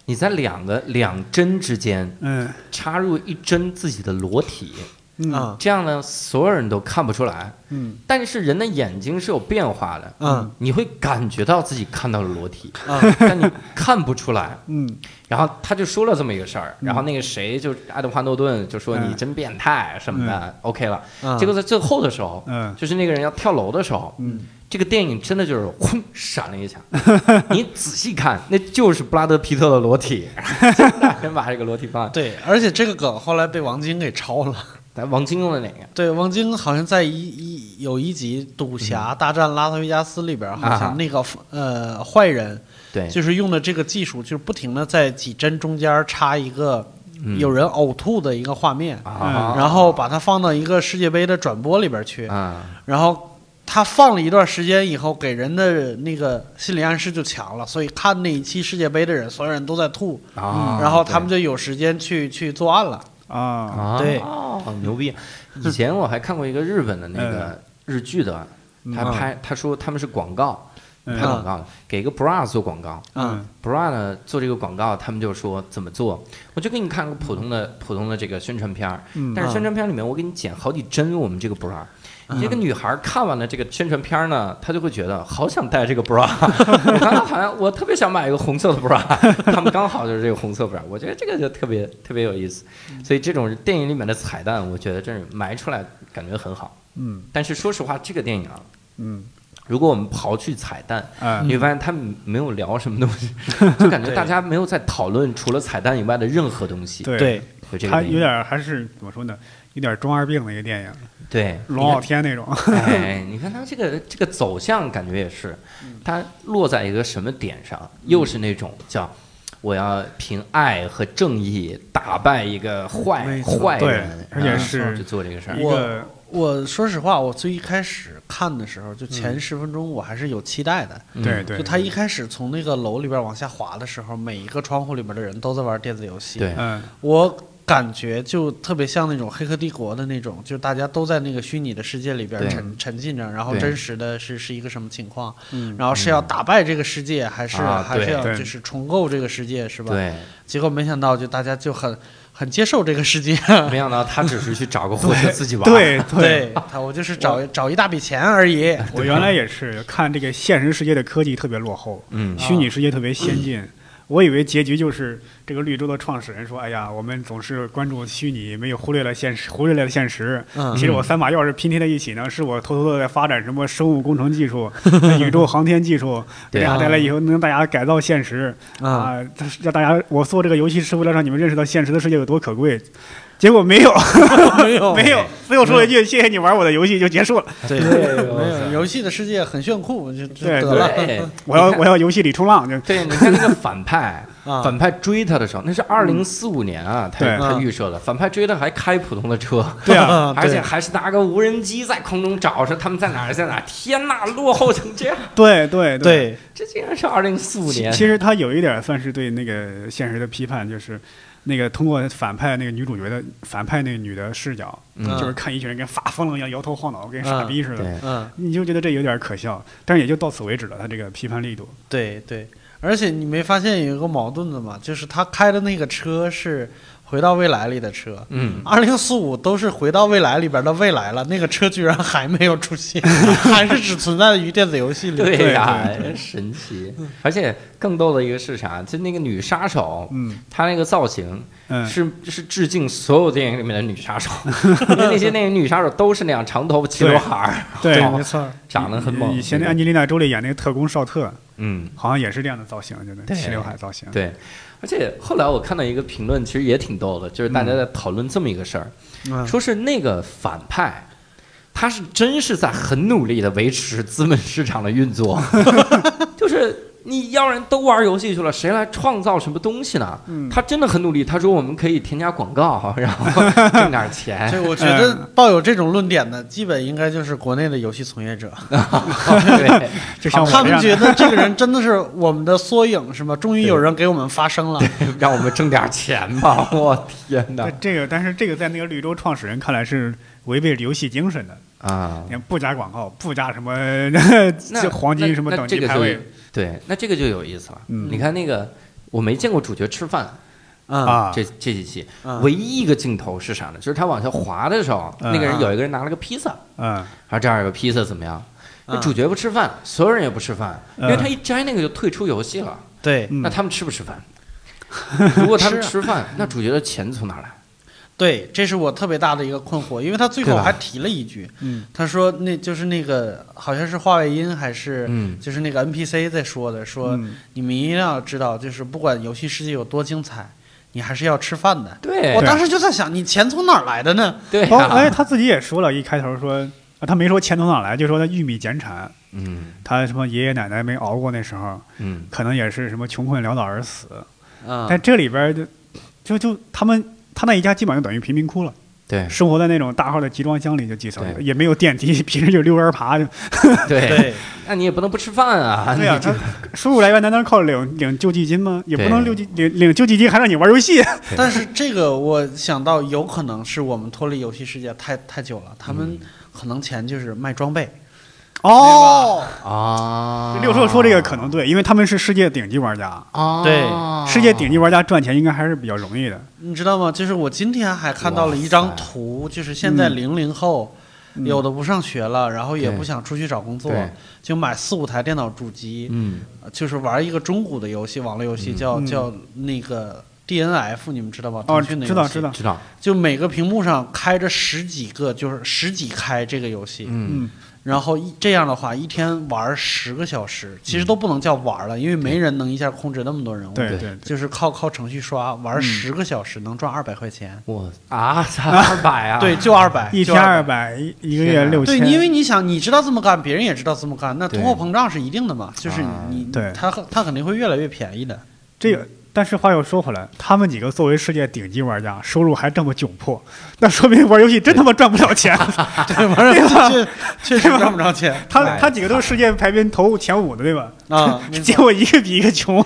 Speaker 1: 你在两个两针之间
Speaker 2: 嗯
Speaker 1: 插入一针自己的裸体，
Speaker 2: 嗯
Speaker 3: 啊，
Speaker 1: 这样呢，所有人都看不出来。
Speaker 2: 嗯，
Speaker 1: 但是人的眼睛是有变化的，
Speaker 3: 嗯，
Speaker 1: 啊你会感觉到自己看到了裸体，
Speaker 3: 啊
Speaker 1: 但你看不出来。
Speaker 2: 嗯
Speaker 1: 然后他就说了这么一个事儿，然后那个谁就爱德华诺顿就说
Speaker 2: 嗯
Speaker 1: 你真变态什么的，OK 了。
Speaker 3: 啊
Speaker 1: 结果在最后的时候，
Speaker 2: 嗯
Speaker 1: 就是那个人要跳楼的时候，
Speaker 2: 嗯
Speaker 1: 这个电影真的就是轰闪了一下， 你仔细看，那就是布拉德皮特的裸体， 真的先把这个裸体放。
Speaker 3: 对，而且这个梗后来被王晶给抄了。
Speaker 1: 咱王晶用的哪个？
Speaker 3: 对，王晶好像在一一有一集《赌侠大战拉斯维加斯》里边儿，好
Speaker 1: 嗯啊
Speaker 3: 像那个、呃坏人
Speaker 1: 对，
Speaker 3: 就是用的这个技术，就是不停的在几帧中间儿插一个
Speaker 1: 嗯
Speaker 3: 有人呕吐的一个画面，
Speaker 1: 啊，
Speaker 3: 然后把它放到一个世界杯的转播里边儿去，
Speaker 1: 啊，
Speaker 3: 然后他放了一段时间以后，给人的那个心理暗示就强了，所以看那一期世界杯的人，所有人都在吐，
Speaker 1: 啊
Speaker 3: 嗯然后他们
Speaker 1: 就
Speaker 3: 就有时间去去作案了。
Speaker 2: 啊，
Speaker 1: 啊，
Speaker 3: 对
Speaker 1: 哦，牛逼！以前我还看过一个日本的那
Speaker 2: 嗯
Speaker 1: 个日剧的，他拍他说他们是广告，
Speaker 2: 嗯
Speaker 1: 拍广告的，给一个 bra 做广告。
Speaker 3: 啊
Speaker 2: 嗯
Speaker 1: bra 呢做这个广告，他们就说怎么做，我就给你看个普通的普通的这个宣传片儿，
Speaker 2: 嗯
Speaker 1: 但是宣传片里面我给你剪好几帧我们这个 bra。
Speaker 3: 嗯
Speaker 1: 这个女孩看完了这个宣传片呢，她就会觉得好想戴这个 bra。我刚刚好像我特别想买一个红色的 bra，他们刚好就是这个红色 bra，我觉得这个就特别特别有意思。所以这种电影里面的彩蛋，我觉得真是埋出来感觉很好。
Speaker 2: 嗯
Speaker 1: 但是说实话，这个电影啊，
Speaker 2: 嗯
Speaker 1: 如果我们刨去彩蛋，
Speaker 2: 嗯
Speaker 1: 你会发现他们没有聊什么东西，就 感觉大家没有在讨论除了彩蛋以外的任何东西。，
Speaker 2: 对，
Speaker 1: 就这个
Speaker 2: 他
Speaker 1: 电影
Speaker 2: 有点儿还是怎么说呢，有点儿中二病的一个电影，
Speaker 1: 对
Speaker 2: 龙傲天那种。
Speaker 1: 哎，你看他这个这个走向，感觉也是，他落在一个什么点上？又是那种叫我要凭爱和正义打败一个坏
Speaker 3: 没错
Speaker 1: 坏
Speaker 2: 对
Speaker 1: 人，
Speaker 2: 而且
Speaker 1: 然后
Speaker 2: 是
Speaker 1: 就做这个事儿
Speaker 2: 一。个
Speaker 3: 我说实话，我最一开始看的时候，就前十分钟我还是有期待的。
Speaker 1: 嗯
Speaker 2: 对对，
Speaker 3: 就他一开始从那个楼里边往下滑的时候，每一个窗户里边的人都在玩电子游戏。，
Speaker 1: 对，
Speaker 2: 嗯
Speaker 3: 我感觉就特别像那种《黑客帝国》的那种，就大家都在那个虚拟的世界里边
Speaker 1: 对
Speaker 3: 沉沉浸着，然后
Speaker 1: 对
Speaker 3: 真实的是是一个什么情况，
Speaker 2: 嗯
Speaker 3: 然后是要打败这个世界，还是
Speaker 1: 啊
Speaker 3: 还是
Speaker 1: 对
Speaker 3: 要
Speaker 2: 对
Speaker 3: 就是重构这个世界，是吧？。
Speaker 1: 对，
Speaker 3: 结果没想到，就大家就很很接受这个世 界。
Speaker 1: 没想到他只是去找个 活人自己玩。
Speaker 2: 对对，
Speaker 3: 对他，我就是找找一大笔钱 而已。
Speaker 2: 我原来也是看这个现实世界的科技特别落后，
Speaker 1: 嗯，
Speaker 2: 虚拟世界特别先进，我以为结局就是这个绿洲的创始人说：“哎呀，我们总是关注虚拟，没有忽略了现实，忽略了现实。
Speaker 3: 嗯
Speaker 2: 其实我三把钥匙拼贴在一起呢，是我偷偷的在发展什么生物工程技 术、宇宙航天技术，给
Speaker 1: 对啊
Speaker 2: 大家带来以后能大家改造现实
Speaker 3: 啊，
Speaker 2: 啊，让大家我做这个游戏是为了让你们认识到现实的世界有多可贵。”结果没有，
Speaker 3: 没有
Speaker 2: 哦哎没有，最后说了一句：“谢谢你玩我的游戏”就结束了。
Speaker 3: 对，没有游戏的世界很炫酷，就 就
Speaker 2: 对
Speaker 3: 得了
Speaker 1: 对，
Speaker 2: 我要
Speaker 1: 你看
Speaker 2: 我要游戏里冲浪，就
Speaker 1: 对，你看那个反 派，
Speaker 3: 啊
Speaker 1: 反派追他的时候，那是二零四五年啊，他
Speaker 2: 嗯对
Speaker 1: 他预设的，反派追他还开普通的车，
Speaker 2: 对啊，
Speaker 1: 而且还是拿个无人机在空中找，说他们在哪儿，在哪儿。天呐，落后成这样，
Speaker 2: 对对
Speaker 3: 对
Speaker 1: 这竟然是二零四五
Speaker 2: 其
Speaker 1: 年。
Speaker 2: 其实他有一点算是对那个现实的批判，就是那个通过反派那个女主角的反派那个女的视角，
Speaker 1: 嗯
Speaker 2: 就是看一群人跟发疯了一样摇头晃脑，跟傻逼似的。
Speaker 1: 对，
Speaker 3: 嗯，
Speaker 2: 你就觉得这有点可笑，但是也就到此为止了。他这个批判力度，
Speaker 3: 对对，而且你没发现有一个矛盾的吗？就是他开的那个车是《回到未来》里的车，
Speaker 1: 嗯，
Speaker 3: 二零四五都是《回到未来》里边的未来了，那个车居然还没有出现， 还是只存在于电子游戏里。
Speaker 1: 对呀哎
Speaker 2: 对对，
Speaker 1: 神奇。而且更逗的一个是啥？就那个女杀手，
Speaker 2: 嗯
Speaker 1: 她那个造型
Speaker 2: 嗯，
Speaker 1: 是是致敬所有电影里面的女杀 手，因为那些电影女杀手都是那样长头发齐刘海儿，
Speaker 2: 对，
Speaker 3: 没错儿，
Speaker 1: 长得很猛。
Speaker 2: 以前的安吉丽娜·周莉演那个特工少特，
Speaker 1: 嗯，
Speaker 2: 好像也是这样的造型，就那
Speaker 1: 对
Speaker 2: 齐刘海造型。
Speaker 1: 对，而且后来我看到一个评论，其实也挺逗的，就是大
Speaker 2: 嗯
Speaker 1: 家在讨论这么一个事儿，
Speaker 3: 嗯
Speaker 1: 说是那个反派。他是真是在很努力的维持资本市场的运作， 就是你要人都玩游戏去了，谁来创造什么东西呢？
Speaker 2: 嗯
Speaker 1: 他真的很努力。他说我们可以添加广告，然后挣点钱，
Speaker 3: 这我觉
Speaker 1: 嗯
Speaker 3: 得抱有这种论点的，基本应该就是国内的游戏从业者，
Speaker 1: 对，
Speaker 2: 就像我
Speaker 3: 他
Speaker 2: 这
Speaker 3: 们
Speaker 2: 样
Speaker 3: 觉
Speaker 2: 的，
Speaker 3: 得这个人真的是我们的缩影，是吗？终于有人给我们发声了。
Speaker 1: 让我们挣点钱 吧！我天哪
Speaker 2: 对这个，但是这个在那个绿洲创始人看来是违背游戏精神的。
Speaker 1: 啊
Speaker 2: 你！看不加广告，不加什么 这黄
Speaker 1: 那
Speaker 2: 金什么
Speaker 1: 那
Speaker 2: 等
Speaker 1: 这
Speaker 2: 级
Speaker 1: 个
Speaker 2: 排
Speaker 1: 就
Speaker 2: 位
Speaker 1: 对，那这个就有意思了。
Speaker 2: 嗯
Speaker 1: 你看那个，我没见过主角吃饭，
Speaker 3: 啊
Speaker 2: 啊？
Speaker 1: 这这几期
Speaker 3: 啊
Speaker 1: 唯一一个镜头是啥呢？就是他往下滑的时候，
Speaker 2: 嗯
Speaker 1: 那个人有一个人拿了个披萨，
Speaker 2: 嗯，
Speaker 1: 啊，这样有个披萨怎么样？那
Speaker 3: 嗯
Speaker 1: 主角不吃饭，所有人也不吃饭，因
Speaker 2: 嗯
Speaker 1: 为他一摘那个就退出游戏了。
Speaker 3: 对
Speaker 2: 嗯
Speaker 1: 那他们吃不吃饭？ 如果他们
Speaker 3: 吃啊
Speaker 1: 吃饭，那主角的钱从哪来？
Speaker 3: 对，这是我特别大的一个困惑，因为他最
Speaker 1: 对
Speaker 3: 后
Speaker 1: 吧
Speaker 3: 还提了一句，
Speaker 2: 嗯
Speaker 3: 他说那就是那个好像是话外音还是
Speaker 1: 嗯
Speaker 3: 就是那个 NPC 在说的，说
Speaker 2: 嗯
Speaker 3: 你们一定要知道，就是不管游戏世界有多精彩，你还是要吃饭的。
Speaker 1: 对
Speaker 3: 我当时就在想，你钱从哪儿来的呢？
Speaker 1: 对啊
Speaker 2: 包
Speaker 1: 呀
Speaker 2: 哦哎，他自己也说了，一开头说啊，他没说钱从哪来，就说他玉米减产，
Speaker 1: 嗯
Speaker 2: 他什么爷爷奶奶没熬过那时候，
Speaker 1: 嗯，
Speaker 2: 可能也是什么穷困潦倒而死。
Speaker 3: 啊、
Speaker 2: 但这里边儿就就就他们。他那一家基本上就等于贫民窟了，
Speaker 1: 对
Speaker 2: 生活在那种大号的集装箱里就寄生
Speaker 1: 对，
Speaker 2: 也没有电梯， 平时就溜边儿爬。就
Speaker 1: 对，
Speaker 3: 对
Speaker 1: 那你也不能不吃饭啊！
Speaker 2: 对呀、
Speaker 1: 你这
Speaker 2: 他收入来源难道是靠领领救济金吗？也不能
Speaker 1: 对
Speaker 2: 领领领救济金还让你玩游戏。
Speaker 3: 但是这个我想到，有可能是我们脱离游戏世界太太久了，他们
Speaker 1: 嗯
Speaker 3: 可能钱就是卖装备。
Speaker 2: 哦，
Speaker 1: 啊，
Speaker 2: 六兽说这个可能对，因为他们是世界顶级玩家，
Speaker 1: 啊，
Speaker 3: 对
Speaker 2: 世界顶级玩家赚钱应该还是比较容易的。
Speaker 3: 你知道吗？就是我今天还看到了一张
Speaker 1: 哇塞
Speaker 3: 图，就是现在
Speaker 2: 嗯
Speaker 3: 零零后、
Speaker 2: 嗯
Speaker 3: 有的不上学了，然后也
Speaker 1: 对
Speaker 3: 不想出去找工作
Speaker 1: 对，
Speaker 3: 就买四五台电脑主机，
Speaker 1: 嗯，
Speaker 3: 呃就是玩一个中古的游戏，网络游戏
Speaker 1: 嗯
Speaker 3: 叫、
Speaker 2: 嗯
Speaker 3: 叫那个 DNF，你们知道吗？
Speaker 2: 哦，
Speaker 3: 腾讯的游戏
Speaker 2: 知道知道，
Speaker 1: 知道，
Speaker 3: 就每个屏幕上开着十几个，就是十几开这个游戏，
Speaker 1: 嗯
Speaker 2: 嗯，
Speaker 3: 然后一这样的话，一天玩十个小时，其
Speaker 1: 嗯
Speaker 3: 实都不能叫玩了，因为没人能一下控制那么多人物。
Speaker 2: 对
Speaker 1: 对
Speaker 2: 对对，
Speaker 3: 就是靠靠程序刷玩
Speaker 2: 嗯
Speaker 3: 十个小时能赚二百块钱，
Speaker 1: 我啊，才二百啊，
Speaker 3: 对，，哎就二百，
Speaker 2: 一天二。百，一一个月
Speaker 1: 天啊
Speaker 2: 六
Speaker 3: 对，
Speaker 2: 千。
Speaker 3: 因为你想，你知道这么干，别人也知道这么干，那
Speaker 1: 对
Speaker 3: 通货膨胀是一定的嘛，就是
Speaker 1: 啊
Speaker 3: 你，
Speaker 2: 对
Speaker 3: 他他肯定会越来越便 宜的。
Speaker 2: 这个，但是话又说回来，他们几个作为世界顶级玩家，收入还这么窘迫，那说明玩游戏真他妈赚不了 钱。
Speaker 3: 对，玩儿游戏确确实赚不着钱
Speaker 2: 他他几个都是世界排名头前五的，对吧？
Speaker 3: 啊。哎没
Speaker 2: 结
Speaker 3: 错
Speaker 2: 果一个比一个 穷。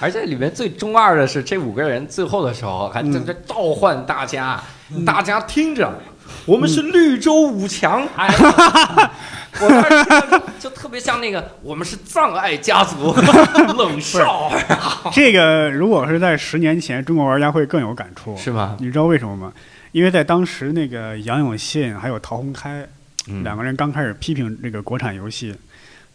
Speaker 1: 而且里面最中二的是，这五个人最后的时候还在
Speaker 3: 嗯
Speaker 1: 这召唤大家，大家听着，我们
Speaker 3: 嗯
Speaker 1: 是绿洲五强，哎， 我当时听着就特别像那个我们是藏爱家族 冷少，
Speaker 2: 这个如果是在十年前，中国玩家会更有感触。
Speaker 1: 是吗？
Speaker 2: 你知道为什么吗？因为在当时，那个杨永信还有陶宏开
Speaker 1: 嗯
Speaker 2: 两个人刚开始批评这个国产游戏，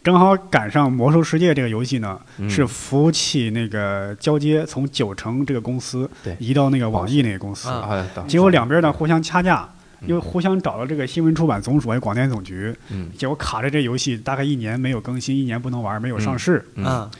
Speaker 2: 正好赶上《魔兽世界》这个游戏呢，
Speaker 1: 嗯
Speaker 2: 是服务器那个交接从九城这个公司
Speaker 1: 对
Speaker 2: 移到那个网易那个公司，
Speaker 3: 啊
Speaker 1: 啊，懂
Speaker 2: 结果两边呢互相掐架，
Speaker 1: 嗯
Speaker 2: 又互相找了这个新闻出版总署还有广电总局，
Speaker 1: 嗯
Speaker 2: 结果卡着这游戏大概一年没有更新，一年不能玩，没有上市。
Speaker 1: 嗯
Speaker 3: 啊，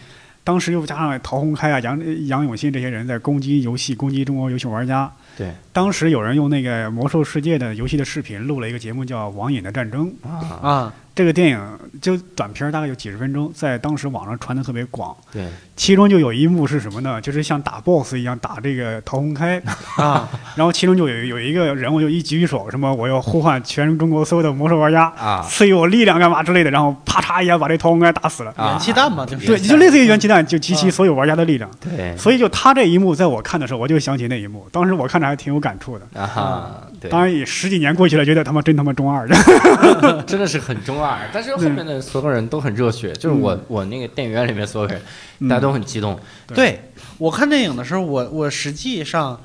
Speaker 2: 当时又加上陶宏开啊、杨杨永信这些人在攻击游戏、攻击中国游戏玩家。
Speaker 1: 对
Speaker 2: 当时有人用那个《魔兽世界》的游戏的视频录了一个节目，叫《网瘾的战争》。
Speaker 1: 啊，
Speaker 3: 啊，
Speaker 2: 这个电影就短片，大概有几十分钟，在当时网上传的特别广。
Speaker 1: 对，
Speaker 2: 其中就有一幕是什么呢？就是像打 BOSS 一样打这个陶 宏开，
Speaker 3: 啊，
Speaker 2: 然后其中就有有一个人物就一举手，什么我要呼唤全中国所有的魔兽玩家
Speaker 1: 啊
Speaker 2: 赐予我力量干嘛之类的，然后啪嚓一下把这陶宏开打死了。
Speaker 1: 啊
Speaker 3: 元气弹嘛，就是
Speaker 2: 对，就类似于元气弹，就集齐所有玩家的力量。
Speaker 1: 对，
Speaker 2: 所以就他这一幕，在我看的时候，我就想起那一幕，当时我看着还挺有感触的。
Speaker 1: 啊哈，
Speaker 3: 嗯
Speaker 1: 对，
Speaker 2: 当然，也十几年过去了，觉得他妈真他妈中二。
Speaker 1: 真的是很中二，但是后面的嗯所有人都很热血，就是我我那个电影院里面所有人，
Speaker 2: 嗯
Speaker 1: 大家都很激动，
Speaker 3: 对我看电影的时候，我我实际上，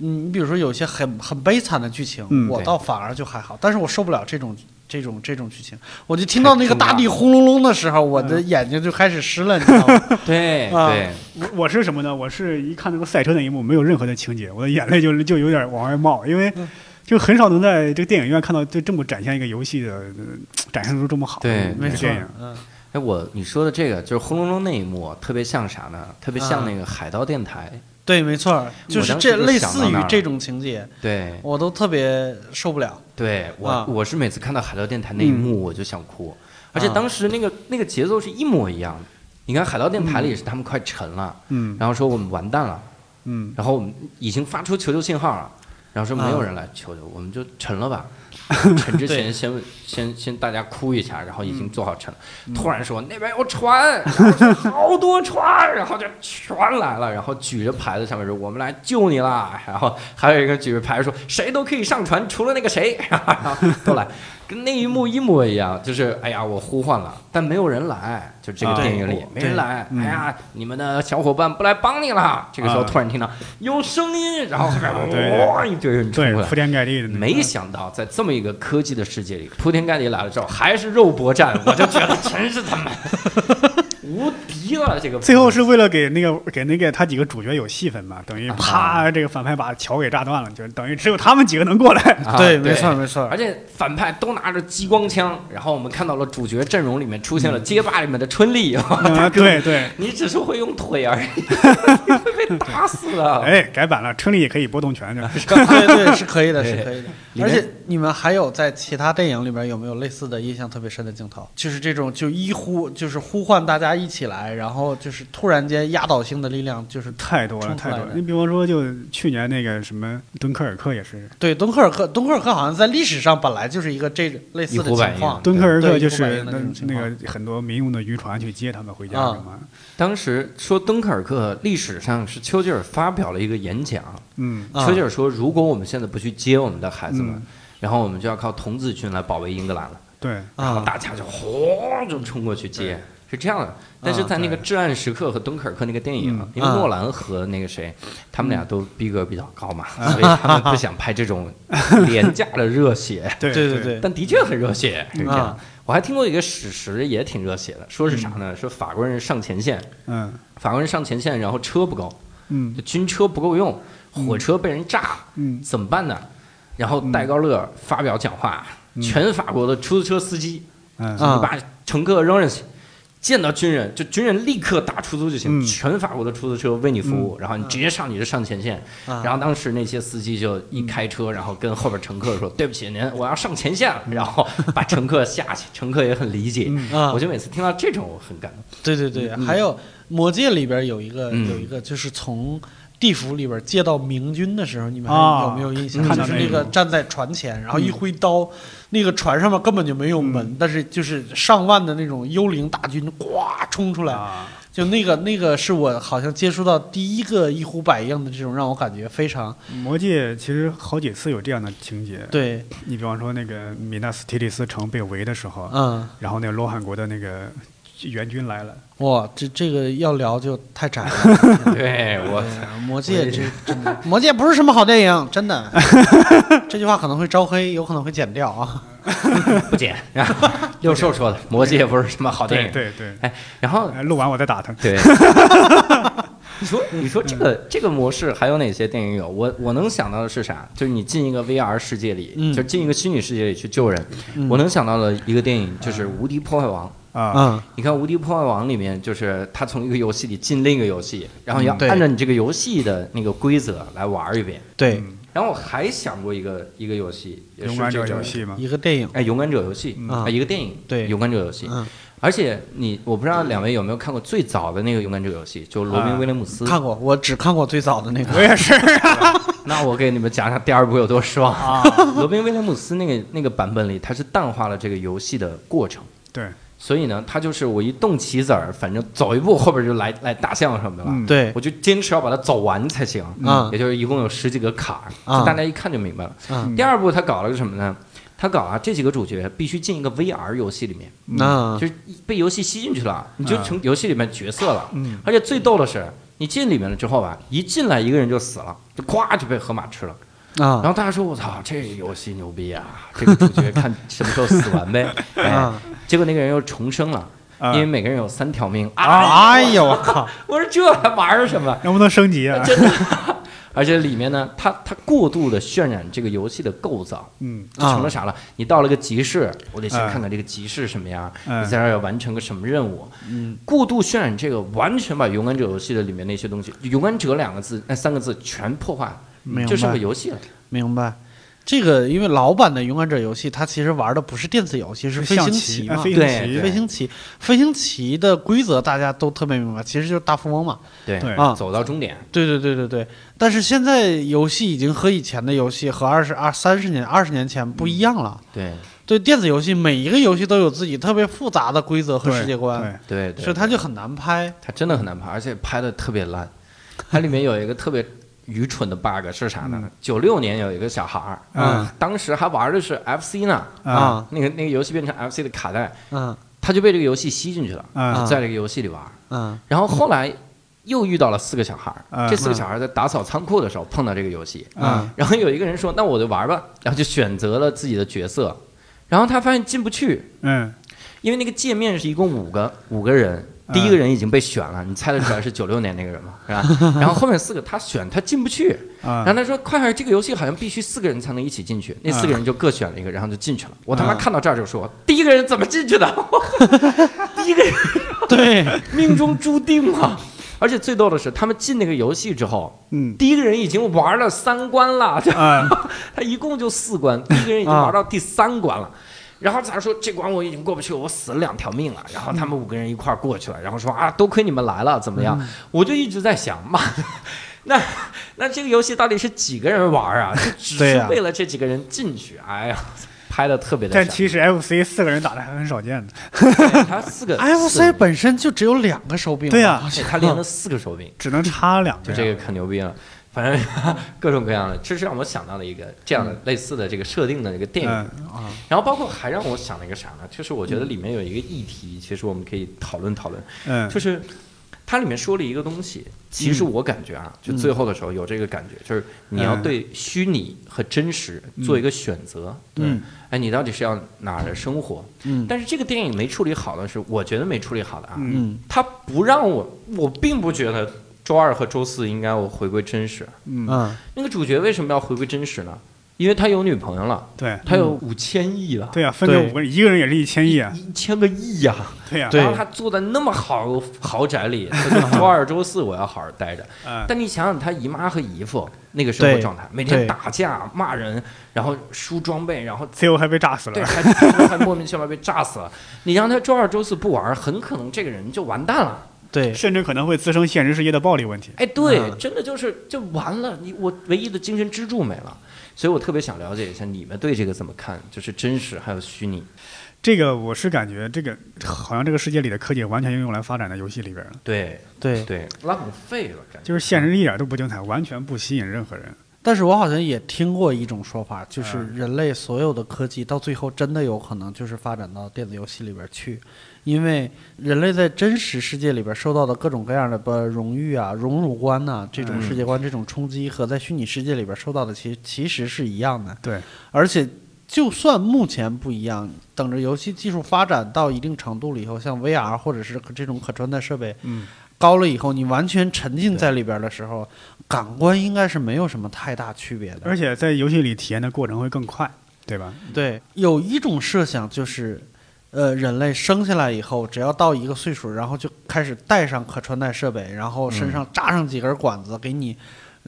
Speaker 3: 嗯，你比如说有些很很悲惨的剧情，
Speaker 2: 嗯
Speaker 3: 我
Speaker 1: 对
Speaker 3: 倒反而就还好，但是我受不了这种这种这种剧情，我就听到那个大地轰隆隆的时候，我的眼睛就开始湿了，你知道吗？
Speaker 1: 对
Speaker 3: 啊
Speaker 1: 对，
Speaker 2: 我我是什么呢？我是一看那个赛车那一幕，没有任何的情节，我的眼泪就就有点往外冒，因为
Speaker 3: 嗯
Speaker 2: 就很少能在这个电影院看到就这么展现一个游戏的，呃展现出这么好
Speaker 1: 对
Speaker 2: 的一个
Speaker 3: 没错
Speaker 2: 电影。，
Speaker 3: 嗯，
Speaker 1: 哎，我你说的这个就是轰隆隆那一幕，啊特别像啥呢？特别像那个海盗电台，
Speaker 3: 对，没错，就是
Speaker 1: 当时
Speaker 3: 这
Speaker 1: 就
Speaker 3: 类
Speaker 1: 想
Speaker 3: 似
Speaker 1: 到
Speaker 3: 于
Speaker 1: 那儿
Speaker 3: 这
Speaker 1: 了
Speaker 3: 种情节，
Speaker 1: 对
Speaker 3: 我都特别受不了。
Speaker 1: 对，我、
Speaker 3: 啊
Speaker 1: 我是每次看到海盗电台那一幕我就想哭，而且当时那个那个节奏是一模一样的。你看海盗电台里是他们快沉了，
Speaker 2: 嗯
Speaker 1: 然后说我们完蛋了，
Speaker 2: 嗯，
Speaker 1: 然后我们已经发出求救信号了，然后说没有
Speaker 3: 啊
Speaker 1: 人来求救，我们就沉了 吧。沉之前
Speaker 3: 对嗯
Speaker 1: 先先先大家哭一下，然后已经做好沉了。突然说那边有船，然后说好多船，然后就全来了，然后举着牌子上面说我们来救你啦。然后还有一个举着牌子说谁都可以上船，除了那个谁， 然后都来，跟那一幕一模一样。就是哎呀，我呼唤了，但没有人来，就这个
Speaker 2: 啊
Speaker 1: 电影里
Speaker 3: 对
Speaker 1: 没人来。
Speaker 2: 嗯
Speaker 1: 哎呀，你们的小伙伴不来帮你了。这个时候
Speaker 2: 啊
Speaker 1: 突然听到有声音，然后后面
Speaker 2: 对
Speaker 1: 哇一堆人冲
Speaker 2: 对
Speaker 1: 过，来
Speaker 2: 铺。天盖地的那种。
Speaker 1: 没想到在这么一个科技的世界里，铺天盖地来了之后，还是肉搏战，我就觉得真是他妈无敌了。这个
Speaker 2: 最后是为了给那个给那个他几个主角有戏份嘛，等于啪，这个反派把桥给炸断了，就等于只有他们几个能过 来。
Speaker 1: 啊
Speaker 3: 对，没错，。没错
Speaker 1: 而。且反派都拿着激光枪，然后我们看到了主角阵容里面出现了街霸里面的春丽，
Speaker 2: 嗯，对对，
Speaker 1: 你只是会用腿而已， 你会被打死的。
Speaker 2: 哎，改版了，春丽也可以波动拳的。
Speaker 3: 对对，是可以的，是
Speaker 1: 对
Speaker 3: 可以的。
Speaker 1: 里面
Speaker 3: 而且你们还有在其他电影里边有没有类似的印象特别深的镜头？就是这种就一呼就是呼唤大家一起来，然后就是突然间压倒性的力量，就是
Speaker 2: 太多了，
Speaker 3: 冲出
Speaker 2: 太
Speaker 3: 来
Speaker 2: 多了
Speaker 3: 的。
Speaker 2: 你比方说，就去年那个什么敦刻尔克也是，
Speaker 3: 对敦刻尔克，敦刻尔克好像在历史上本来就是一个这类似
Speaker 1: 一
Speaker 3: 的
Speaker 1: 呼百
Speaker 3: 情况
Speaker 1: 应。
Speaker 2: 敦刻尔克
Speaker 3: 对
Speaker 2: 就是
Speaker 3: 一
Speaker 2: 那
Speaker 3: 个百年的这种情
Speaker 2: 那
Speaker 3: 况
Speaker 2: 个很多民用的渔船去接他们回家
Speaker 3: 啊
Speaker 2: 干嘛？
Speaker 1: 当时说敦刻尔克历史上是丘吉尔发表了一个演讲，
Speaker 2: 嗯，
Speaker 3: 啊
Speaker 1: 丘吉尔说，如果我们现在不去接我们的孩子们，
Speaker 2: 嗯
Speaker 1: 然后我们就要靠童子军来保卫英格兰了。
Speaker 2: 对，
Speaker 1: 然后
Speaker 3: 啊，
Speaker 1: 大家就轰就冲过去接，是这样的。但是在那个《至暗时刻》和《敦刻尔克》那个电影，
Speaker 2: 嗯
Speaker 1: 因为
Speaker 3: 啊
Speaker 1: 诺兰和那个谁，他们俩都逼格比较高嘛，所以他们不想拍这种廉价的热血，
Speaker 2: 对
Speaker 3: 对
Speaker 2: 对，
Speaker 3: 对，
Speaker 1: 但的确很热血，是这样
Speaker 3: 啊。
Speaker 1: 我还听过一个史实，也挺热血的，说是啥呢？说法国人上前线，
Speaker 2: 嗯
Speaker 1: 法国人上前线，然后车不够，
Speaker 2: 嗯
Speaker 1: 军车不够用，火车被人炸，
Speaker 2: 嗯
Speaker 1: 怎么办呢？然后戴高乐发表讲话，
Speaker 2: 嗯
Speaker 1: 全法国的出租车司机，
Speaker 2: 嗯
Speaker 3: 啊
Speaker 1: 你把乘客扔上去，见到军人就军人立刻打出租就行，
Speaker 2: 嗯
Speaker 1: 全法国的出租车为你服务，然后你直接上你就上前线。
Speaker 2: 嗯
Speaker 3: 啊
Speaker 1: 然后当时那些司机就一开车，然后跟后边乘客说：“对不起，您我要上前线了。”然后把乘客吓去， 乘客也很理解。
Speaker 2: 嗯
Speaker 3: 啊
Speaker 1: 我，就每次听到这种，我很感动。
Speaker 3: 对对对，还有《魔戒》里边有一个
Speaker 1: 嗯
Speaker 3: 有一个就是从。地府里边借到明军的时候，你们还
Speaker 2: 啊
Speaker 3: 有没有印象？
Speaker 2: 看
Speaker 3: 就
Speaker 2: 到
Speaker 3: 是
Speaker 2: 那
Speaker 3: 那个
Speaker 2: 个嗯
Speaker 3: 站在船前，然后一挥刀，那个船上面根本就没有门，但是就是上万的那种幽灵大军呱冲出来，
Speaker 2: 啊，
Speaker 3: 就那个那个是我好像接触到第一个一呼百应的这种，让我感觉非常
Speaker 2: 魔戒其实好几次有这样的情节，
Speaker 3: 对，
Speaker 2: 你比方说那个米纳斯提里斯城被围的时候，
Speaker 3: 嗯，
Speaker 2: 然后那个罗汉国的那个援军来了，
Speaker 3: 哇，这这个要聊就太窄了。
Speaker 2: 嗯
Speaker 1: 对我，
Speaker 3: 《哎魔戒》这真的，《魔戒》不是什么好电影，真的。这句话可能会招黑，有可能会剪掉啊。
Speaker 1: 不剪。然后六兽说的，《魔戒》不是什么好电
Speaker 2: 对
Speaker 1: 影。
Speaker 2: 对对，
Speaker 1: 哎，然后
Speaker 2: 哎录完我再打他。
Speaker 1: 对，你说你说这
Speaker 3: 嗯
Speaker 1: 个这个模式还有哪些电影有？我我能想到的是啥？就是你进一个 VR 世界里，
Speaker 3: 嗯
Speaker 1: 就进一个虚拟世界里去救人。我能想到的一个电影就是《无敌破坏王》。
Speaker 2: 啊，
Speaker 3: 嗯，
Speaker 1: 你看《无敌破坏王》里面，就是他从一个游戏里进另一个游戏，然后要
Speaker 3: 嗯对
Speaker 1: 按照你这个游戏的那个规则来玩一遍。
Speaker 3: 对，
Speaker 2: 嗯
Speaker 1: 然后我还想过一个一个游戏，也是
Speaker 2: 勇敢
Speaker 1: 这
Speaker 2: 者
Speaker 1: 种
Speaker 2: 游，戏嘛，
Speaker 3: 一个电影，
Speaker 1: 哎，勇敢者游戏、
Speaker 2: 嗯
Speaker 1: 啊，一个电影，
Speaker 3: 对
Speaker 1: 勇敢者游戏。
Speaker 3: 嗯，
Speaker 1: 而且你，我不知道两位有没有看过最早的那个勇敢者游戏，就罗宾
Speaker 2: 啊
Speaker 1: 威廉姆斯。
Speaker 3: 看过，我只看过最早的那
Speaker 2: 我
Speaker 3: 个，
Speaker 2: 也是
Speaker 1: 那我给你们讲讲第二部有多失望。
Speaker 2: 啊，
Speaker 1: 罗宾威廉姆斯那个那个版本里，他是淡化了这个游戏的过程，
Speaker 2: 对，
Speaker 1: 所以呢，他就是我一动棋子儿，反正走一步后边就来 来大象什么的了。
Speaker 2: 嗯
Speaker 3: 对，
Speaker 1: 我就坚持要把它走完才行。
Speaker 3: 嗯
Speaker 1: 也就是一共有十几个坎儿，
Speaker 3: 啊
Speaker 1: 就大家一看就明白了。
Speaker 3: 嗯
Speaker 1: 第二部他搞了个什么呢？他搞啊，这几个主角必须进一个 VR 游戏里面，
Speaker 2: 嗯
Speaker 3: 那
Speaker 1: 就是被游戏吸进去了，你就
Speaker 2: 啊
Speaker 1: 成游戏里面角色了。
Speaker 2: 嗯
Speaker 1: 而且最逗的是，你进里面了之后吧，一进来一个人就死了，就咵就被河马吃了。
Speaker 2: 嗯
Speaker 1: 然
Speaker 3: 啊
Speaker 1: 后大家说：“我操，这游戏牛逼啊！ 这个主角看什么时候死完呗。”
Speaker 2: 嗯
Speaker 1: 哎，
Speaker 3: 啊，
Speaker 1: 结果那个人又重生了，因
Speaker 2: 啊
Speaker 1: 为，每个人有三条命
Speaker 2: 嗯
Speaker 3: 啊哎呦我靠，
Speaker 1: 我说这还玩儿什么？
Speaker 2: 能不能升级啊？
Speaker 1: 真的。 而且里面呢，它它过度的渲染这个游戏的构造，
Speaker 2: 嗯
Speaker 1: 就成了啥了？你到了个集市，我得先
Speaker 2: 嗯
Speaker 1: 看看这个集市什么样，
Speaker 2: 嗯
Speaker 1: 你在这儿要完成个什么任务。
Speaker 3: 嗯，
Speaker 1: 过度渲染这个，完全把《勇敢者》游戏的里面那些东西，《勇敢者》两个字、那三个字全破坏了，
Speaker 3: 明
Speaker 1: 这是个
Speaker 3: 白
Speaker 1: 游戏了。
Speaker 3: 明白。这个因为老版的《勇敢者》游戏，它其实玩的不是电子游戏，是飞
Speaker 2: 象
Speaker 3: 行
Speaker 2: 棋
Speaker 3: 棋
Speaker 2: 啊，
Speaker 3: 嘛。
Speaker 2: 飞
Speaker 1: 对
Speaker 2: 行棋，
Speaker 3: 飞行棋，飞行棋的规则大家都特别明白，其实就是大富翁嘛。
Speaker 1: 对
Speaker 2: 对
Speaker 3: 啊
Speaker 1: 走到终点，
Speaker 3: 对对对对对，但是现在游戏已经和以前的游戏和二十二三十年二十年前不一样了。
Speaker 1: 对
Speaker 3: 对电子游戏，每一个游戏都有自己特别复杂的规则和
Speaker 2: 对
Speaker 3: 世界观，
Speaker 1: 对对，
Speaker 3: 所以它就很难拍。
Speaker 1: 它真的很难拍，而且拍的特别烂。它里面有一个特别愚蠢的 bug 是啥呢？九六年有一个小孩儿，
Speaker 2: 嗯
Speaker 1: 当时还玩的是 FC 呢，
Speaker 2: 对
Speaker 3: 啊
Speaker 1: 那个那个游戏变成 FC 的卡带，
Speaker 3: 嗯
Speaker 1: 他就被这个游戏吸进去了，
Speaker 2: 啊
Speaker 3: 啊
Speaker 1: 在这个游戏里玩。
Speaker 3: 嗯
Speaker 1: 然后后来又遇到了四个小孩
Speaker 2: 嗯
Speaker 1: 儿，这四个小孩儿在打扫仓库的时候碰到这个游戏，
Speaker 2: 啊
Speaker 3: 嗯
Speaker 1: 然后有一个人说：“那我就玩吧。”然后就选择了自己的角色，然后他发现进不去，
Speaker 2: 嗯
Speaker 1: 因为那个界面是一共五个五个人，
Speaker 2: 嗯
Speaker 1: 第一个人已经被选了，你猜得出来是九六年那个人吗？是吧？然后后面四个他选他进不去，然后
Speaker 2: 啊，
Speaker 1: 他说快快，这个游戏好像必须四个人才能一起进去，那四个人就各选了一个，然后就进去了。我他妈
Speaker 3: 嗯
Speaker 1: 看到这儿就说，第一个人怎么进去的？ 第一个人
Speaker 3: 对，
Speaker 1: 命中注定啊！而且最逗的是，他们进那个游戏之后，
Speaker 2: 嗯
Speaker 1: 第一个人已经玩了三关了，就
Speaker 2: 啊，
Speaker 1: 他一共就四关，第一个人已经玩到第三关了。然后他说这关我已经过不去，我死了两条命了。然后他们五个人一块儿过去了，然后说啊，多亏你们来了，怎么样？我就一直在想，妈的， 那那这个游戏到底是几个人玩啊？就只
Speaker 3: 对
Speaker 1: 是
Speaker 3: 呀
Speaker 1: 为了这几个人进去，哎呀，拍的特别的
Speaker 2: 但
Speaker 1: 傻。
Speaker 2: 其实 FC 四个人打的还很少见的，
Speaker 1: 对他四个四
Speaker 3: FC
Speaker 1: 个
Speaker 3: 本身就只有两个手柄，
Speaker 2: 对呀
Speaker 1: 哎他连了四个手柄，
Speaker 2: 只能插两
Speaker 1: 就
Speaker 2: 个人。嗯
Speaker 1: 这个可牛逼了。反正 各种各样的，这是让我想到了一个这样的类似的这个设定的这个电影。啊
Speaker 2: 嗯
Speaker 1: 然后包括还让我想了一个啥呢？就是我觉得里面有一个议题，其实我们可以讨论讨论，
Speaker 2: 嗯，
Speaker 1: 就是它里面说了一个东西，其实我感觉啊，就最后的时候有这个感觉，就是你要对虚拟和真实做一个选择。
Speaker 3: 嗯
Speaker 1: 哎，你到底是要哪儿的生活？
Speaker 3: 嗯
Speaker 1: 但是这个电影没处理好的是，我觉得没处理好的啊，
Speaker 2: 嗯
Speaker 3: 嗯
Speaker 1: 它不让我，我并不觉得周二和周四应该我回归真实。
Speaker 2: 嗯，
Speaker 3: 嗯
Speaker 1: 那个主角为什么要回归真实呢？因为他有女朋友了，
Speaker 2: 对
Speaker 1: 他有五千亿了。
Speaker 2: 对呀，啊分给
Speaker 3: 对
Speaker 2: 五个人，一个人也是嗯一千亿啊，
Speaker 1: 一千个亿呀、
Speaker 2: 对呀，啊
Speaker 3: 对
Speaker 1: 然后他住在那么好豪宅里， 他就周二、周四我要好好 待着。
Speaker 2: 嗯
Speaker 1: 但你想想，他姨妈和姨父那个生活
Speaker 3: 对
Speaker 1: 状态，每天
Speaker 3: 对
Speaker 1: 打架、骂人，然后输装备，然后
Speaker 2: 最 E 后还被炸死
Speaker 1: 对，
Speaker 2: 了。
Speaker 1: 还还莫名其妙被炸死了。你让他周二、周四不玩，很可能这个人就完蛋了。
Speaker 3: 对
Speaker 2: 甚至可能会滋生现实世界的暴力问题。
Speaker 1: 哎，对，
Speaker 3: 嗯
Speaker 1: 真的就是就完了，你我唯一的精神支柱没了。所以我特别想了解一下你们对这个怎么看，就是真实还有虚拟。
Speaker 2: 这个我是感觉，这个好像这个世界里的科技完全应用来发展在游戏里边了，
Speaker 1: 对
Speaker 3: 对，
Speaker 1: 对，浪费了感觉。
Speaker 2: 就是现实一点都不精彩，完全不吸引任何人。
Speaker 3: 但是我好像也听过一种说法，就是
Speaker 2: 嗯
Speaker 3: 人类所有的科技到最后真的有可能就是发展到电子游戏里边去，因为人类在真实世界里边受到的各种各样的不荣誉啊、荣辱观呐、这种
Speaker 2: 嗯
Speaker 3: 世界观这种冲击，和在虚拟世界里边受到的其其实是一样的，
Speaker 2: 对，
Speaker 3: 而且就算目前不一样，等着游戏技术发展到一定程度了以后，像 VR 或者是这种可穿戴设备
Speaker 2: 嗯，
Speaker 3: 高了以后，你完全沉浸在里边的时候，感官应该是没有什么太大区别的。
Speaker 2: 而且在游戏里体验的过程会更快，对吧？
Speaker 3: 对，有一种设想就是，呃，人类生下来以后，只要到一个岁数，然后就开始带上可穿戴设备，然后身上扎上几根管子，给你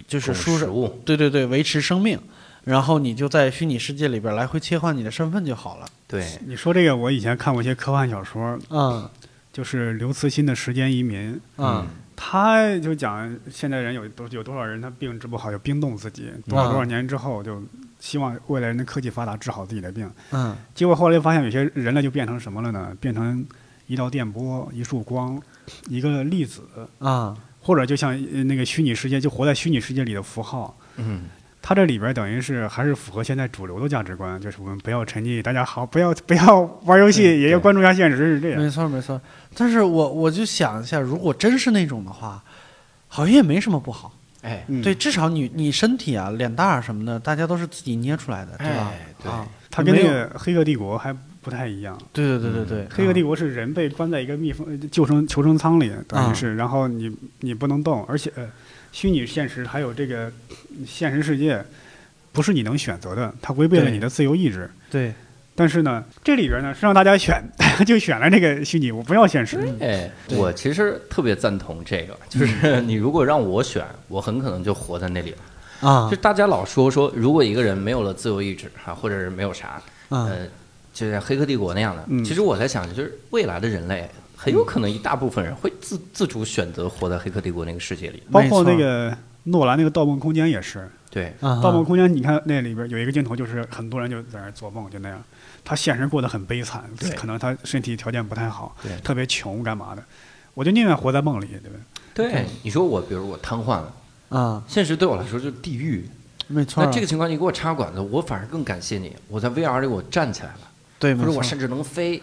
Speaker 3: 就是
Speaker 1: 供
Speaker 3: 舒适
Speaker 1: 食物，
Speaker 3: 对对对，维持生命。然后你就在虚拟世界里边来回切换你的身份就好了。
Speaker 1: 对，
Speaker 2: 你说这个，我以前看过一些科幻小说，
Speaker 3: 嗯
Speaker 2: 就是刘慈欣的《时间移民》，
Speaker 3: 嗯，
Speaker 2: 他就讲现在人有多有多少人他病治不好，有冰冻自己，多少多少年之后就希望未来人的科技发达治好自己的病。
Speaker 3: 嗯
Speaker 2: 结果后来发现有些人类就变成什么了呢？变成一道电波、一束光、一个粒子，
Speaker 3: 啊
Speaker 2: 或者就像呃那个虚拟世界，就活在虚拟世界里的符号。
Speaker 1: 嗯，
Speaker 2: 它这里边等于是还是符合现在主流的价值观，就是我们不要沉溺，大家好，不要不要玩游戏，也要关注一下现实，是这样。
Speaker 3: 啊没错没错。但是我我就想一下，如果真是那种的话，好像也没什么不好。
Speaker 1: 哎，
Speaker 2: 嗯
Speaker 3: 对，，至少你你身体啊、脸蛋儿什么的，大家都是自己捏出来的，对吧？
Speaker 1: 哎对
Speaker 3: 啊，
Speaker 2: 它跟那
Speaker 3: 没有啊
Speaker 2: 个《黑客帝国》还不太一样，
Speaker 3: 对嗯对对对对，
Speaker 2: 《黑客帝国》是人被关在一个密封呃救生求生舱里，等于
Speaker 3: 啊
Speaker 2: 是，然后你你不能动，而且、呃虚拟现实还有这个现实世界，不是你能选择的，它违背了
Speaker 3: 对
Speaker 2: 你的自由意志。
Speaker 3: 对
Speaker 2: 但是呢，这里边呢是让大家选， 就选了这个虚拟，我不要现实。
Speaker 3: 嗯
Speaker 1: 哎，
Speaker 3: 对
Speaker 1: 我其实特别赞同这个，就是 你如果让我选，我很可能就活在那里了。
Speaker 3: 啊
Speaker 1: 就大家老说说，如果一个人没有了自由意志哈、或者是没有啥，
Speaker 3: 啊
Speaker 1: 呃，就像《黑客帝国》那样的，
Speaker 2: 嗯
Speaker 1: 其实我在想，就是未来的人类很有可能一大部分人会自自主选择活在《黑客帝国》那个世界里。
Speaker 2: 包括
Speaker 3: 没错
Speaker 2: 那个诺兰那个《盗梦空间》也是，
Speaker 1: 对，
Speaker 3: 啊
Speaker 2: 《
Speaker 3: 哈
Speaker 2: 盗梦空间》你看那里边有一个镜头，就是很多人就在那儿做梦，就那样。他现实过得很悲惨
Speaker 1: 对，
Speaker 2: 可能他身体条件不太好
Speaker 1: 对，
Speaker 2: 特别穷，干嘛的？我就宁愿活在梦里，对吧？
Speaker 1: 对，你说我，比如我瘫痪了，
Speaker 3: 啊，
Speaker 1: 现实对我来说就是地狱。
Speaker 3: 没错儿
Speaker 1: 那
Speaker 3: 啊，
Speaker 1: 这个情况，你给我插管子，我反而更感谢你。我在 VR 里我站起来了，
Speaker 3: 对，
Speaker 1: 或
Speaker 3: 没
Speaker 1: 者
Speaker 3: 错嗯
Speaker 1: 我
Speaker 3: 儿
Speaker 1: 甚至能飞，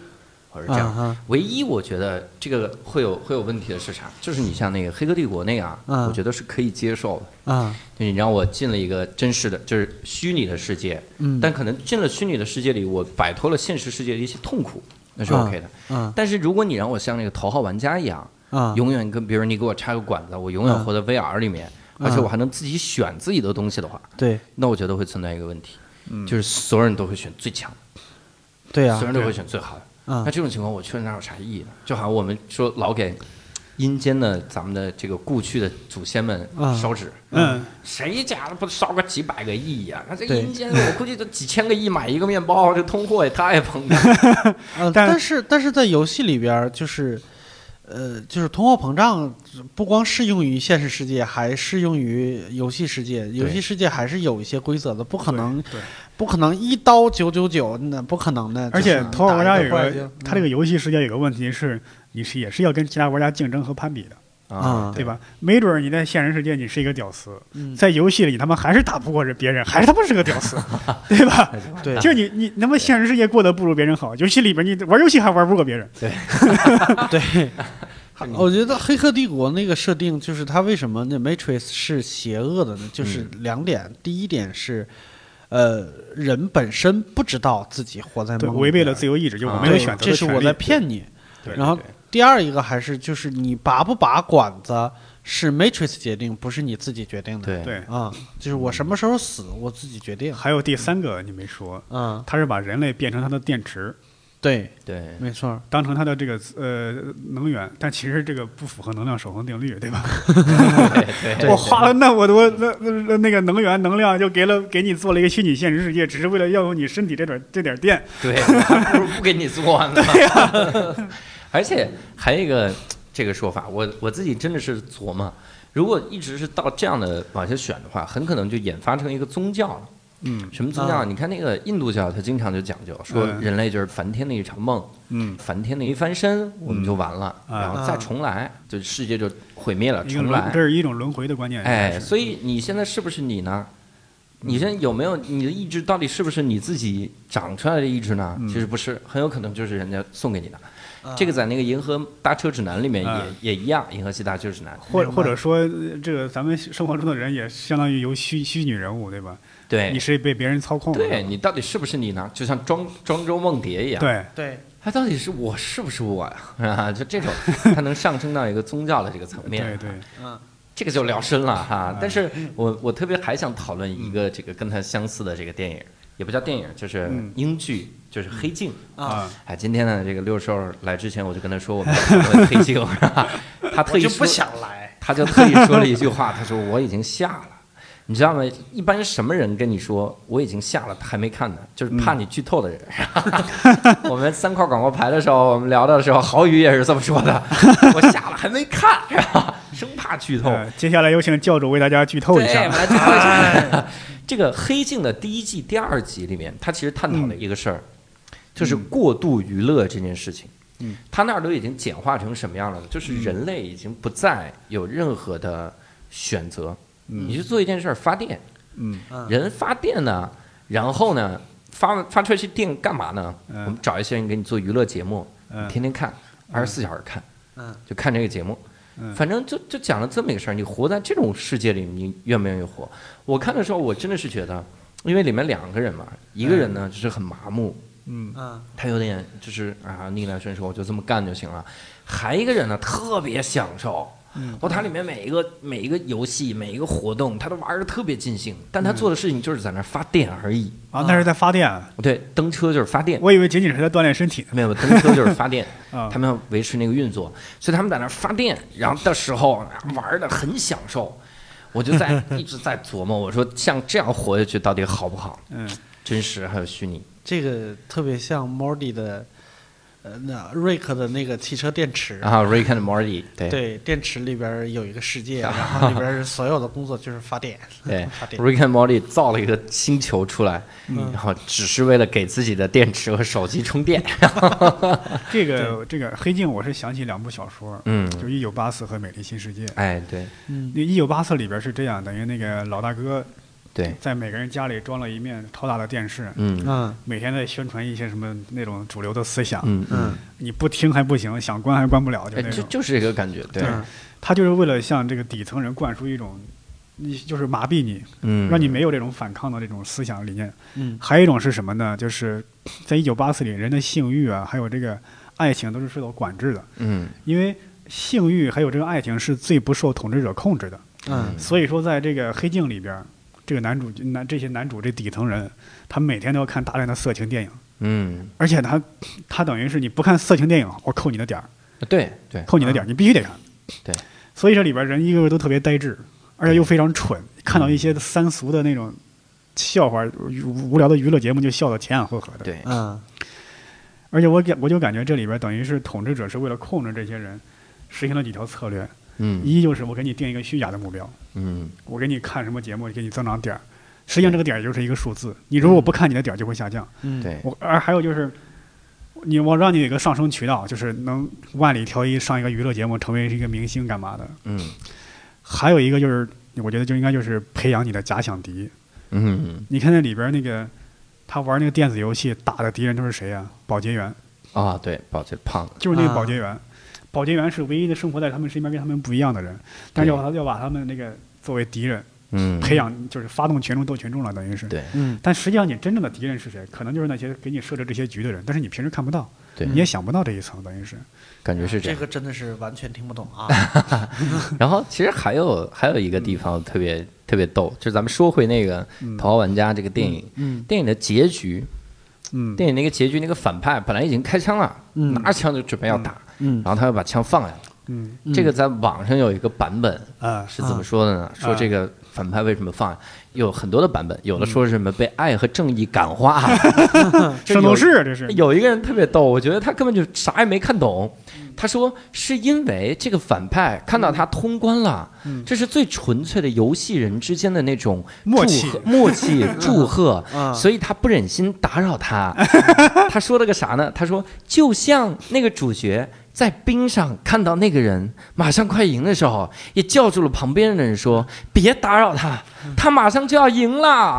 Speaker 1: 我是这样
Speaker 3: 啊。哈
Speaker 1: 唯一我觉得这个会有会有问题的是啥？就是你像那个《黑客帝国》那样，
Speaker 3: 嗯
Speaker 1: 我觉得是可以接受的。
Speaker 3: 啊，
Speaker 1: 就你让我进了一个真实的，就是虚拟的世界，
Speaker 3: 嗯，
Speaker 1: 但可能进了虚拟的世界里，我摆脱了现实世界的一些痛苦，那是
Speaker 3: 啊
Speaker 1: OK 的。
Speaker 3: 啊
Speaker 1: 但是如果你让我像那个头号玩家一样，
Speaker 3: 啊，
Speaker 1: 永远跟，比如你给我插个管子，我永远
Speaker 3: 啊
Speaker 1: 活在 VR 里面，而且我还能自己选自己的东西的话，
Speaker 3: 对
Speaker 1: 那我觉得会存在一个问题，
Speaker 3: 嗯
Speaker 1: 就是所有人都会选最强，
Speaker 3: 对呀
Speaker 1: 所有，人都会选最好的。
Speaker 3: 啊
Speaker 1: 那这种情况，我去了哪有啥意义呢？就好像我们说老给阴间的咱们的这个故去的祖先们
Speaker 3: 啊
Speaker 1: 烧纸，
Speaker 2: 嗯，
Speaker 1: 谁家不烧个几百个亿呀、那这
Speaker 3: 对
Speaker 1: 阴间我估计都几千个亿买一个面包，这通货也太膨胀了。
Speaker 3: 呃，
Speaker 2: 但
Speaker 3: 但是但是在游戏里边儿就是。呃，就是通货膨胀不光适用于现实世界，还适用于游戏世界。游戏世界还是有一些规则的，不可能，
Speaker 2: 对。
Speaker 3: 不可能一刀九九九，那不可能的。
Speaker 2: 而且
Speaker 3: 就是
Speaker 2: 头号玩家有一
Speaker 3: 打一
Speaker 2: 个，他
Speaker 3: 坏
Speaker 2: 这
Speaker 3: 就
Speaker 2: 个游戏世界有个问题是，你是也是要跟其他玩家竞争和攀比的，
Speaker 3: 啊
Speaker 2: 对？吧？没准儿你在现实世界你是一个屌丝，
Speaker 3: 嗯
Speaker 2: 在游戏里他妈还是打不过这别人，还是他妈是个 屌丝，对吧？
Speaker 3: 嗯对，
Speaker 2: 就是你你他妈现实世界过得不如别人好，游戏里边你玩游戏还玩不过别人，
Speaker 3: 对，我觉得《黑客帝国》那个设定就是它为什么那 Matrix 是邪恶的呢？就是两点，第一点是，呃，人本身不知道自己活在
Speaker 2: 对，
Speaker 3: 梦里边，
Speaker 2: 违背了自由意志，就
Speaker 1: 啊
Speaker 2: 我没有
Speaker 3: 嗯对
Speaker 2: 选择
Speaker 3: 这
Speaker 2: 的
Speaker 3: 是
Speaker 2: 权利。
Speaker 3: 我在骗你。
Speaker 2: 对
Speaker 3: 然后
Speaker 1: 对
Speaker 3: 第二一个还是就是你拔不拔管子是 Matrix 决定，不是你自己决定的。
Speaker 1: 对
Speaker 2: 对，
Speaker 3: 啊、就是我什么时候死我自己决定。
Speaker 2: 还有第三个你没说，
Speaker 3: 嗯，
Speaker 2: 他是把人类变成他的电池，
Speaker 3: 对，
Speaker 1: 对
Speaker 3: 没错儿。
Speaker 2: 当成他的这个呃能源，但其实这个不符合能量守恒定律，对吧？
Speaker 1: 对对，
Speaker 2: 我花了那么多那那那那个能源能量，就给了给你做了一个虚拟现实世界，只是为了要用你身体这点这点电。
Speaker 1: 对，还不如不给你做呢。对呀、而且还有一个这个说法，我我自己真的是琢磨，如果一直是到这样的往下选的话，很可能就研发成一个宗教了。
Speaker 2: 嗯
Speaker 1: 什么宗教？
Speaker 3: 啊
Speaker 1: 你看那个印度教，它经常就讲究说
Speaker 2: 嗯
Speaker 1: 人类就是梵天的一场梦，
Speaker 2: 嗯，
Speaker 1: 梵天的一翻身，我们就完了，
Speaker 2: 啊
Speaker 1: 然后再重来，就世界就毁灭了，
Speaker 2: 嗯一个
Speaker 1: 重
Speaker 2: 轮，
Speaker 1: 来
Speaker 2: 这。是一种轮回的观念。应
Speaker 1: 哎，
Speaker 2: 该是
Speaker 1: 所以你现在是不是你呢？你现在有没有你的意志？到底是不是你自己长出来的意志呢？
Speaker 2: 嗯
Speaker 1: 其实不是，很有可能就是人家送给你的。
Speaker 3: 啊
Speaker 1: 这个在那个《银河搭车指南》里面也、
Speaker 2: 啊
Speaker 1: 也一样，《银河系搭车指南》
Speaker 2: 或或者说，呃这个咱们生活中的人也相当于由虚虚拟人物，对吧？
Speaker 1: 对
Speaker 2: 你是被别人操控的。
Speaker 1: 对你到底是不是你呢？就像庄庄周梦蝶一样，
Speaker 2: 对
Speaker 3: 对，
Speaker 1: 他到底是我是不是我呀？啊， 就这种，它能上升到一个宗教的这个层面。
Speaker 2: 对对，
Speaker 3: 嗯，
Speaker 1: 这个就聊深了哈。但是我我特别还想讨论
Speaker 3: 嗯
Speaker 1: 一个这个跟它相似的这个电影，也不叫电影，就是
Speaker 2: 嗯
Speaker 1: 英剧，就是《黑镜》
Speaker 3: 啊，
Speaker 1: 哎，今天呢，这个六兽来之前，我就跟他说我们要讨论《黑 镜》是吧，他特
Speaker 3: 我
Speaker 1: 意
Speaker 3: 就
Speaker 1: 说
Speaker 3: 不，想来，
Speaker 1: 他就特意说了一句话，他说我已经下了。你知道吗？一般什么人跟你说我已经下了还没看呢？就是怕
Speaker 3: 嗯
Speaker 1: 你剧透的人。 我们三块广告牌的时候，我们聊到的时候，郝宇也是这么说的：我下了还没看，是吧？生怕剧透。
Speaker 2: 呃接下来有请教主为大家剧透一
Speaker 1: 对，我
Speaker 2: 下啊
Speaker 1: 们。 来讨论一下 这个《黑镜》的第一季、第二集里面，它其实探讨了一个事儿，就是过度娱乐这件事情。
Speaker 2: 嗯，
Speaker 1: 它那儿都已经简化成什么样了呢？就是人类已经不再有任何的选择，你去做一件事儿发电，
Speaker 2: 嗯
Speaker 3: 嗯，
Speaker 1: 人发电呢，然后呢发发出去电干嘛呢？我
Speaker 2: 嗯
Speaker 1: 们找一些人给你做娱乐节目，你
Speaker 2: 嗯
Speaker 1: 天天看，二十四小时看，
Speaker 3: 嗯，
Speaker 1: 就看这个节目。
Speaker 2: 嗯
Speaker 1: 反正就就讲了这么一个事儿，你活在这种世界里，你愿不愿意活？我看的时候，我真的是觉得，因为里面两个人嘛，一个人呢就是很麻木，
Speaker 2: 嗯
Speaker 3: 嗯，
Speaker 1: 他有点就是啊逆来顺受，我就这么干就行了；还一个人呢特别享受，
Speaker 2: 嗯
Speaker 1: 哦，他里面每一个每一个游戏、每一个活动，他都玩的特别尽兴，但
Speaker 2: 嗯
Speaker 1: 他做的事情就是在那儿发电而已。
Speaker 2: 啊，那是在发电，
Speaker 1: 对，蹬车就是发电，
Speaker 2: 我以为仅仅是在锻炼身体呢。
Speaker 1: 没有蹬车就是发电。
Speaker 2: 啊
Speaker 1: 他，们要维持那个运作，所以他们在那儿发电，然后的时候玩的很享受。我就 在一直在琢磨，我说像这样活下去到底好不好？
Speaker 2: 嗯
Speaker 1: 真实还有虚拟，
Speaker 3: 这个特别像 Mordy 的，呃，那瑞克的那个汽车电池
Speaker 1: 然后 Rick and Morty，对
Speaker 3: 对，电池里边儿有一个 世界，然后里边儿所有的工作就是发电，
Speaker 1: 对
Speaker 3: 发电。
Speaker 1: ，Rick and Morty 造了一个星球出来，
Speaker 3: 嗯
Speaker 1: 然后只是为了给自己的电池和手机充 电。
Speaker 2: 这个这个黑镜，我是想起两部小说，
Speaker 1: 嗯，
Speaker 2: 就《一九八四》和《美丽新世界》。
Speaker 1: 哎，对
Speaker 3: 嗯
Speaker 2: 那《一九八四》里边是这样，等于那个老大哥
Speaker 1: 对，
Speaker 2: 在每个人家里装了一面超大的电视，
Speaker 1: 嗯
Speaker 3: 嗯
Speaker 2: 每天在宣传一些什么那种主流的思想，
Speaker 1: 嗯嗯，
Speaker 3: 嗯
Speaker 2: 你不听还不行，想关还关不了，就
Speaker 1: 哎，
Speaker 2: 那
Speaker 1: 就
Speaker 2: 种。
Speaker 1: 就是这个感觉，对，
Speaker 3: 嗯
Speaker 2: 他就是为了向这个底层人灌输一种，你就是麻痹你，
Speaker 1: 嗯，
Speaker 2: 让你没有这种反抗的这种思想理念。
Speaker 3: 嗯
Speaker 2: 还有一种是什么呢？就是在一九八四里，人的性欲啊，还有这个爱情都是受到管制的，
Speaker 1: 嗯
Speaker 2: 因为性欲还有这个爱情是最不受统治者控制的。
Speaker 3: 嗯
Speaker 2: 所以说，在这个黑镜里边儿，这个男主男这些男主这底层人，他每天都要看大量的色情电影，
Speaker 1: 嗯，
Speaker 2: 而且他他等于是你不看色情电影，我扣你的点儿，
Speaker 1: 对对
Speaker 2: 扣你的点儿，你必须得看。
Speaker 1: 嗯对，
Speaker 2: 所以这里边人一个个都特别呆滞，而且又非常蠢，看到一
Speaker 1: 嗯
Speaker 2: 些三俗的那种笑话、无无聊的娱乐节目就笑得前仰后合的。
Speaker 1: 对，
Speaker 3: 嗯
Speaker 2: 而且我感我就感觉这里边等于是统治者是为了控制这些人，实行了几条策略，
Speaker 1: 嗯
Speaker 2: 一就是我给你定一个虚假的目标，
Speaker 1: 嗯
Speaker 2: 我给你看什么节目，给你增长点儿。实际上这个点儿就是一个数字，你如果不看你的点儿就会下降。
Speaker 3: 嗯，
Speaker 1: 对，
Speaker 2: 我而还有就是，你我让你有一个上升渠道，就是能万里挑一上一个娱乐节目，成为一个明星干嘛的。
Speaker 1: 嗯
Speaker 2: 还有一个就是，我觉得就应该就是培养你的假想敌。
Speaker 1: 嗯
Speaker 2: 你看那里边儿那个他玩那个电子游戏打的敌人都是谁啊？保洁员，
Speaker 1: 啊，对，保洁胖子。
Speaker 2: 就是那个
Speaker 3: 啊
Speaker 2: 保洁员。保洁员是唯一的生活在他们身边跟他们不一样的人，但是要把他要把他们那个作为敌人
Speaker 1: 嗯，
Speaker 2: 培养，就是发动群众斗群众了，等于是。
Speaker 1: 对
Speaker 3: 嗯
Speaker 2: 但实际上，你真正的敌人是谁？可能就是那些给你设置这些局的人，但是你平时看不到，
Speaker 1: 对
Speaker 2: 你也想不到这一层，等于是。
Speaker 1: 感觉是这
Speaker 3: 这
Speaker 1: 样。
Speaker 3: 个真的是完全听不懂啊，
Speaker 1: 然后其实还有还有一个地
Speaker 2: 嗯
Speaker 1: 方特别特别逗，就是咱们说回那个《头号玩家》这个电影，
Speaker 3: 嗯
Speaker 1: 电影的结局，
Speaker 2: 嗯，
Speaker 1: 电影那个结局，那个反派本来已经开枪了，
Speaker 3: 嗯
Speaker 1: 拿着枪就准备要打，
Speaker 3: 嗯
Speaker 1: 然后他又把枪放下了。
Speaker 2: 嗯
Speaker 1: 这个在网上有一个版本
Speaker 2: 啊
Speaker 1: 是怎么说的呢？说这个反派为什么放下？有很多的版本，有的说是什么被爱和正义感化了， 就
Speaker 2: 圣斗
Speaker 1: 有哎
Speaker 2: 士啊这是。
Speaker 1: 有一个人特别逗，我觉得他根本就啥也没看懂。他说是因为这个反派看
Speaker 2: 嗯
Speaker 1: 到他通关了，这是最纯粹的游戏人之间的那种
Speaker 2: 默
Speaker 1: 祝
Speaker 2: 契
Speaker 1: 贺默 契、祝贺，
Speaker 3: 嗯
Speaker 1: 所以他不忍心打扰 他。他说了个啥呢？他说就像那个主角。在冰上看到那个人马上快赢的时候，也叫住了旁边的人 说：“别打扰他，他马上就要赢 了。”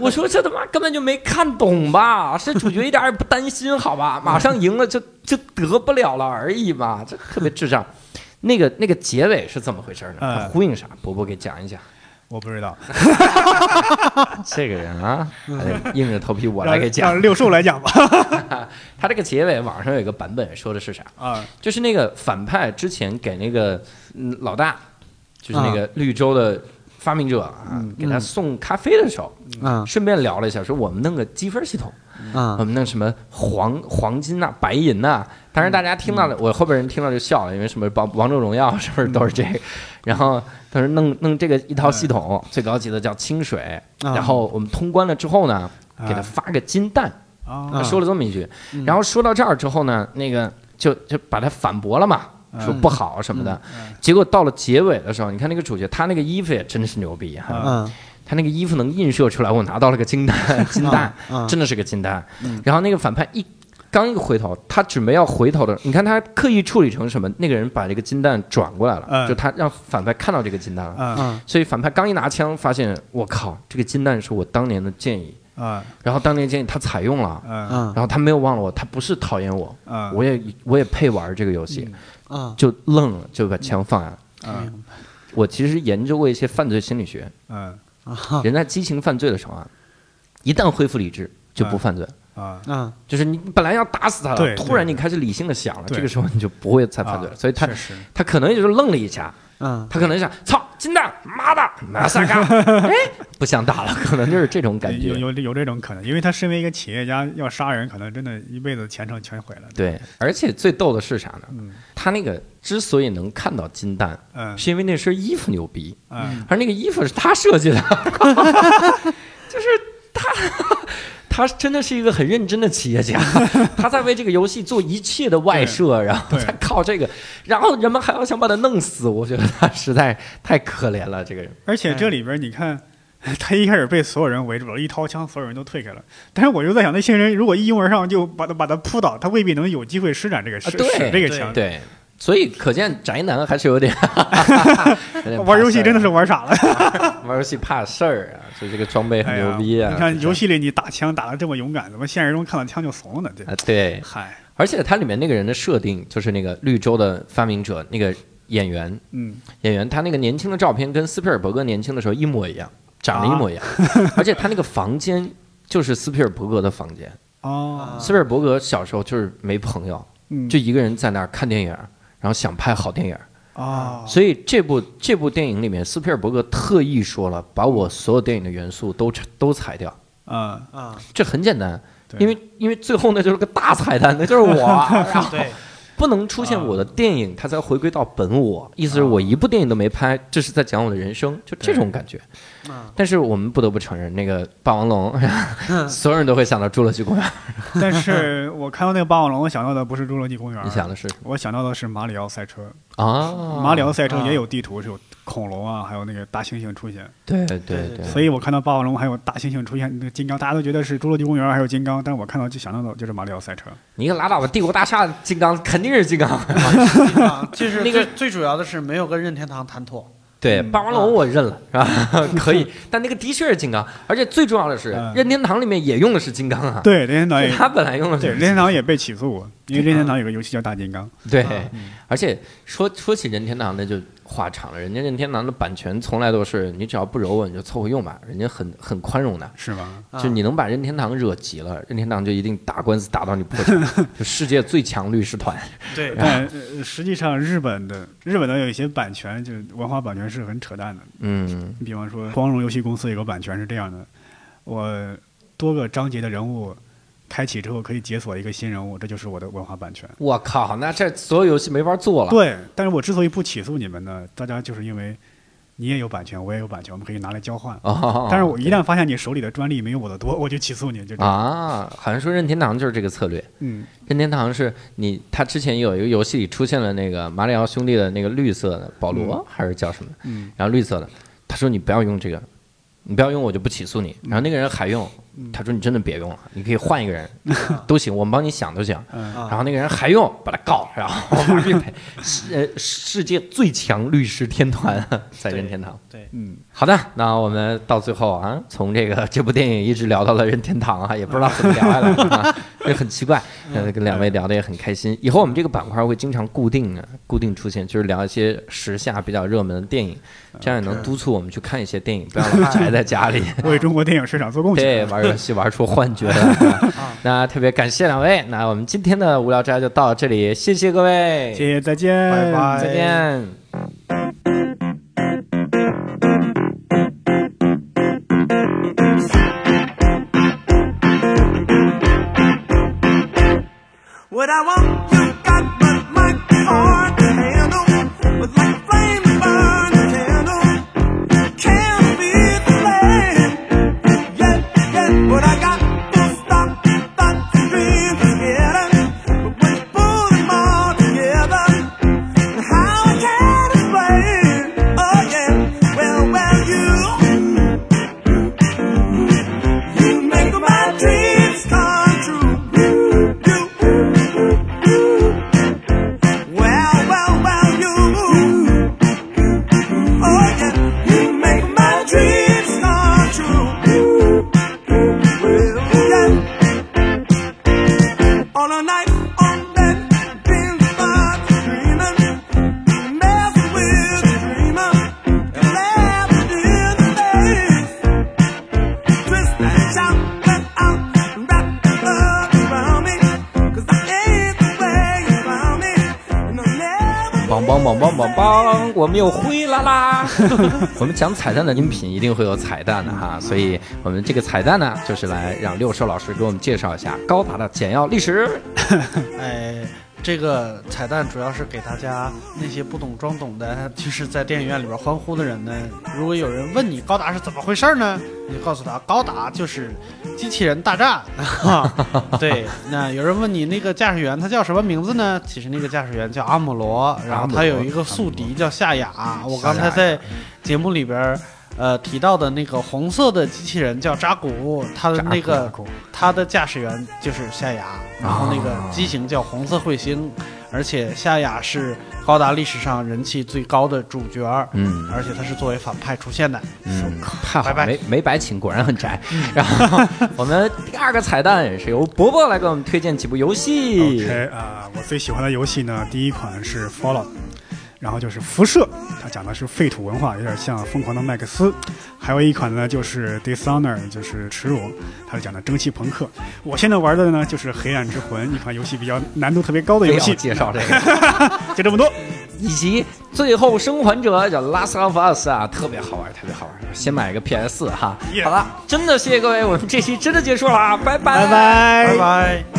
Speaker 1: 我说这他妈根本就没看懂吧？这主角一点儿也不担心，好吧？马上赢了就就得不了了而已嘛，这特别智障。那个那个结尾是怎么回事呢？
Speaker 2: 嗯
Speaker 1: 它呼应啥？伯伯给讲一讲。
Speaker 2: 我不知道，
Speaker 1: 这个人啊，哎硬着头皮我来
Speaker 2: 让
Speaker 1: 给讲
Speaker 2: 啊让。六兽来讲吧。
Speaker 1: 他这个结尾网上有一个版本说的是啥？
Speaker 2: 啊，
Speaker 1: 就是那个反派之前给那个嗯老大，就是那个绿洲的发明者啊，给他送咖啡的时候，
Speaker 3: 嗯啊
Speaker 1: 顺便聊了一下，说我们弄个积分系统，
Speaker 3: 啊
Speaker 1: 我们弄什么黄黄金呐、白银呐、当时大家听
Speaker 3: 嗯
Speaker 1: 到了，我后边人听到就笑了，因为什么王王者荣耀是不是都是这
Speaker 3: 嗯
Speaker 1: 个？然后他说弄弄这个一套系统，最高级的叫清水，
Speaker 3: 哎啊
Speaker 1: 然后我们通关了之后呢，给他
Speaker 2: 啊
Speaker 1: 发个金蛋。
Speaker 2: 啊嗯
Speaker 1: 他说了这么一句，然后说到这儿之后呢，那个就就把他反驳了嘛，
Speaker 2: 嗯
Speaker 1: 说不好什么的。结果到了结尾的时候，你看那个主角，他那个衣服也真是牛逼哈，
Speaker 2: 啊
Speaker 3: 啊
Speaker 1: 他那个衣服能映射出来，我拿到了个金 蛋，金蛋
Speaker 2: 嗯
Speaker 3: 啊
Speaker 1: 真的是个金蛋。然后那个反派一刚一回头，他准备要回头的，你看他刻意处理成什么？那个人把这个金蛋转过来了，
Speaker 2: 嗯
Speaker 1: 就他让反派看到这个金蛋了。
Speaker 2: 啊
Speaker 1: 所以反派刚一拿枪，发现我靠，这个金蛋是我当年的建议，
Speaker 2: 啊
Speaker 1: 然后当年建议他采用了。
Speaker 2: 啊
Speaker 3: 啊
Speaker 1: 然后他没有忘了我，他不是讨厌我，
Speaker 2: 啊！嗯
Speaker 1: 我也我也配玩这个游戏，
Speaker 3: 啊！
Speaker 1: 就愣了，就把枪放下了。
Speaker 2: 啊
Speaker 1: 我其实研究过一些犯罪心理学，
Speaker 2: 啊
Speaker 1: 嗯人在激情犯罪的时候啊，一旦恢复理智就不犯罪，
Speaker 2: 啊！
Speaker 3: 啊
Speaker 1: 就是你本来要打死他
Speaker 2: 对
Speaker 1: 了，突然你开始理性的想了，
Speaker 2: 对
Speaker 1: 这个时候你就不会再犯罪了。所以他
Speaker 2: 啊确实
Speaker 1: 他可能也就愣了一下，
Speaker 3: 啊
Speaker 1: 他可能想操金蛋妈的马萨 嘎，哎不想打了，可能就是这种感
Speaker 2: 有
Speaker 1: 觉。
Speaker 2: 有有这种可能，因为他身为一个企业家，要杀人，可能真的一辈子前程全毁了。
Speaker 1: 对，而且最逗的是啥呢？
Speaker 2: 嗯
Speaker 1: 他那个之所以能看到金蛋，
Speaker 2: 嗯
Speaker 1: 是因为那身衣服牛逼，
Speaker 2: 嗯
Speaker 3: 哎
Speaker 1: 而那个衣服是他设计的， 就是 他，他真的是一个很认真的企业家， 他在为这个游戏做一切的外设，然后
Speaker 2: 对
Speaker 1: 再靠这个，然后人们还要想把他弄死，我觉得他实 在太可怜了，这个人。
Speaker 2: 而且
Speaker 1: 哎
Speaker 2: 这里边你看，他一开始被所有人围住了，一掏枪，所有人都退开了。但是我就在想，那些人如果一拥而上就把他把他扑倒，他未必能有机会施展这个使
Speaker 1: 啊对
Speaker 2: 使这个枪。
Speaker 1: 对，所以可见宅男还是有 点有点怕
Speaker 2: 玩游戏真的
Speaker 1: 事
Speaker 2: 是玩傻了。
Speaker 1: 儿玩游戏怕事儿啊，就这个装备很
Speaker 2: 哎
Speaker 1: 牛
Speaker 2: 呀，
Speaker 1: 逼啊。
Speaker 2: 你看游戏里你打枪打得这么勇敢，怎么现实中看到枪就怂了呢？这
Speaker 1: 啊，对，
Speaker 2: 嗨，
Speaker 1: 而且它里面那个人的设定，就是那个绿洲的发明者那个演员，
Speaker 2: 嗯
Speaker 1: 演员他那个年轻的照片跟斯皮尔伯格年轻的时候一模一样，长得一模一样，
Speaker 2: 啊
Speaker 1: 而且他那个房间就是斯皮尔伯格的房间。
Speaker 2: 哦，
Speaker 1: 斯皮尔伯格小时候就是没朋友，
Speaker 2: 嗯
Speaker 1: 啊就一个人在那儿看电影，然后想拍好电影。
Speaker 2: 哦，
Speaker 1: 所以这部这部电影里面，斯皮尔伯格特意说了，把我所有电影的元素都都裁掉。
Speaker 2: 嗯
Speaker 3: 啊！
Speaker 1: 这很简单，
Speaker 2: 对
Speaker 1: 因为因为最后那就是个大彩蛋，那就是我，啊 然后
Speaker 3: 嗯对，
Speaker 1: 不能出现我的电
Speaker 2: 啊
Speaker 1: 影，它才回归到本我。意思是我一部电影都没拍，这是在讲我的人生，就这种感觉。
Speaker 3: 啊
Speaker 1: 但是我们不得不承认，那个霸王
Speaker 2: 嗯
Speaker 3: 嗯
Speaker 1: 龙， 所有人都会想到侏罗纪公园。
Speaker 2: 但 是我看到那个霸王龙，我想到的不是侏罗纪公园，
Speaker 1: 你想的是什么
Speaker 2: 我想到的是马里奥赛车。
Speaker 1: 啊？
Speaker 2: 嗯马里奥赛车
Speaker 3: 啊
Speaker 2: 也有地图，是有恐龙啊，还有那个大猩猩出现。
Speaker 1: 对对
Speaker 3: 对对
Speaker 1: 对，
Speaker 2: 所以我看到霸王龙还有大猩猩出现，那个金刚，大家都觉得是侏罗纪公园还有金刚，但是我看到就想到的就是马里奥赛车。
Speaker 1: 你可拉倒吧，帝国大厦金刚肯定是金刚。
Speaker 2: 嗯
Speaker 3: 啊就是
Speaker 1: 那个
Speaker 3: 最最主要的是没有跟任天堂谈妥。
Speaker 1: 对，霸王龙我认了， 是吧？可 以，但那个的确是金刚，而且最重要的是，
Speaker 2: 嗯
Speaker 1: 任天堂里面也用的是金刚啊。
Speaker 2: 对，任天堂 也
Speaker 1: 他本来用的
Speaker 2: 对
Speaker 1: 是
Speaker 2: 任天堂也被起诉过，因为任天堂有个游戏叫大金刚。
Speaker 1: 对
Speaker 3: 啊，
Speaker 2: 嗯
Speaker 1: 而且说说起任天堂，那就话长了。人家任天堂的版权从来都是你只要不惹我，你就凑合用吧，人家很很宽容的。
Speaker 2: 是吗？
Speaker 3: 啊
Speaker 1: 就你能把任天堂惹急了，任天堂就一定打官司打到你破 产，就世界最强律师团。
Speaker 3: 对
Speaker 2: 但呃实际上，日本的日本的有一些版权，就是文化版权是很扯淡的。
Speaker 1: 嗯，
Speaker 2: 你比方说，光荣游戏公司有个版权是这样的：我多个章节的人物开启之后，可以解锁一个新人物，这就是我的文化版权。
Speaker 1: 我靠，那这所有游戏没法做了。
Speaker 2: 对，但是我之所以不起诉你们呢，大家就是因为你也有版权，我也有版权，我们可以拿来交换。
Speaker 1: 哦，
Speaker 2: 但是我一旦发现你手里的专利没有我的多，我就起诉你，就这样。
Speaker 1: 啊，好像说任天堂就是这个策略。
Speaker 2: 嗯
Speaker 1: 任天堂是你，他之前有一个游戏里出现了那个马里奥兄弟的那个绿色的保罗、还是叫什么？
Speaker 2: 嗯
Speaker 1: 然后绿色的，他说你不要用这个，你不要用我就不起诉你。然后那个人还用，
Speaker 2: 嗯
Speaker 1: 他说你真的别用了，你可以换一个人，都行，我们帮你想都行。
Speaker 2: 嗯
Speaker 1: 然后那个人还用，把他告，然后马上赔。 世呃世界最强律师天团 在任天堂。
Speaker 3: 对，
Speaker 2: 嗯，
Speaker 1: 好的，那我们到最后啊，从这个这部电影一直聊到了任天堂啊，也不知道怎么聊下来的 啊，也很奇怪。
Speaker 2: 嗯
Speaker 1: 呃，跟两位聊的也很开心。以后我们这个板块会经常固定的、固定出现，就是聊一些时下比较热门的电影，这样也
Speaker 2: 嗯
Speaker 1: 能督促我们去看一些电影，不要老宅在家 里。
Speaker 2: 为中国电影市场做贡
Speaker 1: 对，
Speaker 2: 献。
Speaker 1: 玩游戏玩出幻觉 了。那特别感谢两位，那我们今天的无聊斋就到这里，谢谢各位，
Speaker 2: 谢谢，再见，
Speaker 4: 拜拜
Speaker 1: 再见。
Speaker 5: What I want, you got, but my heart to handle. With like a flame to burn a candle. Can't feel the flame. Yet, yet, what I got won't stop thoughts and dreams from getting. But when you pull them all together, how I can explain. Oh yeah, well, well, you, you make my dreams come true. You. Well, well, well, you. Oh, yeah, you make my dreams come true. Well, yeah. On a night on that pin spot, dreaming, messing with the dreamer, and laughing in the face. Twist and shout, let out, wrap up around me, 'cause I ain't the way you found me, and I'll never.
Speaker 1: 梆梆梆梆梆梆，我们又灰啦 啦！我们讲彩蛋的音频一定会有彩蛋的哈，所以我们这个彩蛋呢，就是来让六兽老师给我们介绍一下高达的简要历史。
Speaker 3: 哎，这个彩蛋主要是给大家那些不懂装懂的， 就是在电影院里边欢呼的人呢。如果有人问你高达是怎么回事呢，你就告诉他高达就是机器人大战。 啊对，那有人问你那个驾驶员他叫什么名字呢？其实那个驾驶员叫阿姆罗，然后他有一个宿敌叫夏雅。我刚才在节目里边。呃，提到的那个红色的机器人叫扎古，他的那个他的驾驶员就是夏雅，
Speaker 1: 啊
Speaker 3: 然后那个机型叫红色彗星，而且夏雅是高达历史上人气最高的主角儿，
Speaker 1: 嗯
Speaker 3: 而且他是作为反派出现的。
Speaker 1: 嗯，太好
Speaker 3: 拜，拜
Speaker 1: 没没白请，果然很宅。 然后我们第二个彩蛋是由伯伯来给我们推荐几部游戏。
Speaker 2: OK 啊、我最喜欢的游戏呢，第一款是 Fallout，然后就是辐射，它讲的是废土文化，有点像疯狂的麦克斯。还有一款呢就是 Dishonor，就是耻辱，它是讲的蒸汽朋克。我现在玩的呢就是黑暗之魂，一款游戏比较难度特别高的
Speaker 1: 非
Speaker 2: 游
Speaker 1: 要
Speaker 2: 戏。
Speaker 1: 介绍这个，
Speaker 2: 就这么多。
Speaker 1: 以及最后生还者叫《Last of Us》啊，特别好玩，特别好玩。先买个 PS 哈。
Speaker 2: Yeah
Speaker 1: 好了，真的谢谢各位，我们这期真的结束了啊，拜拜
Speaker 3: 拜拜。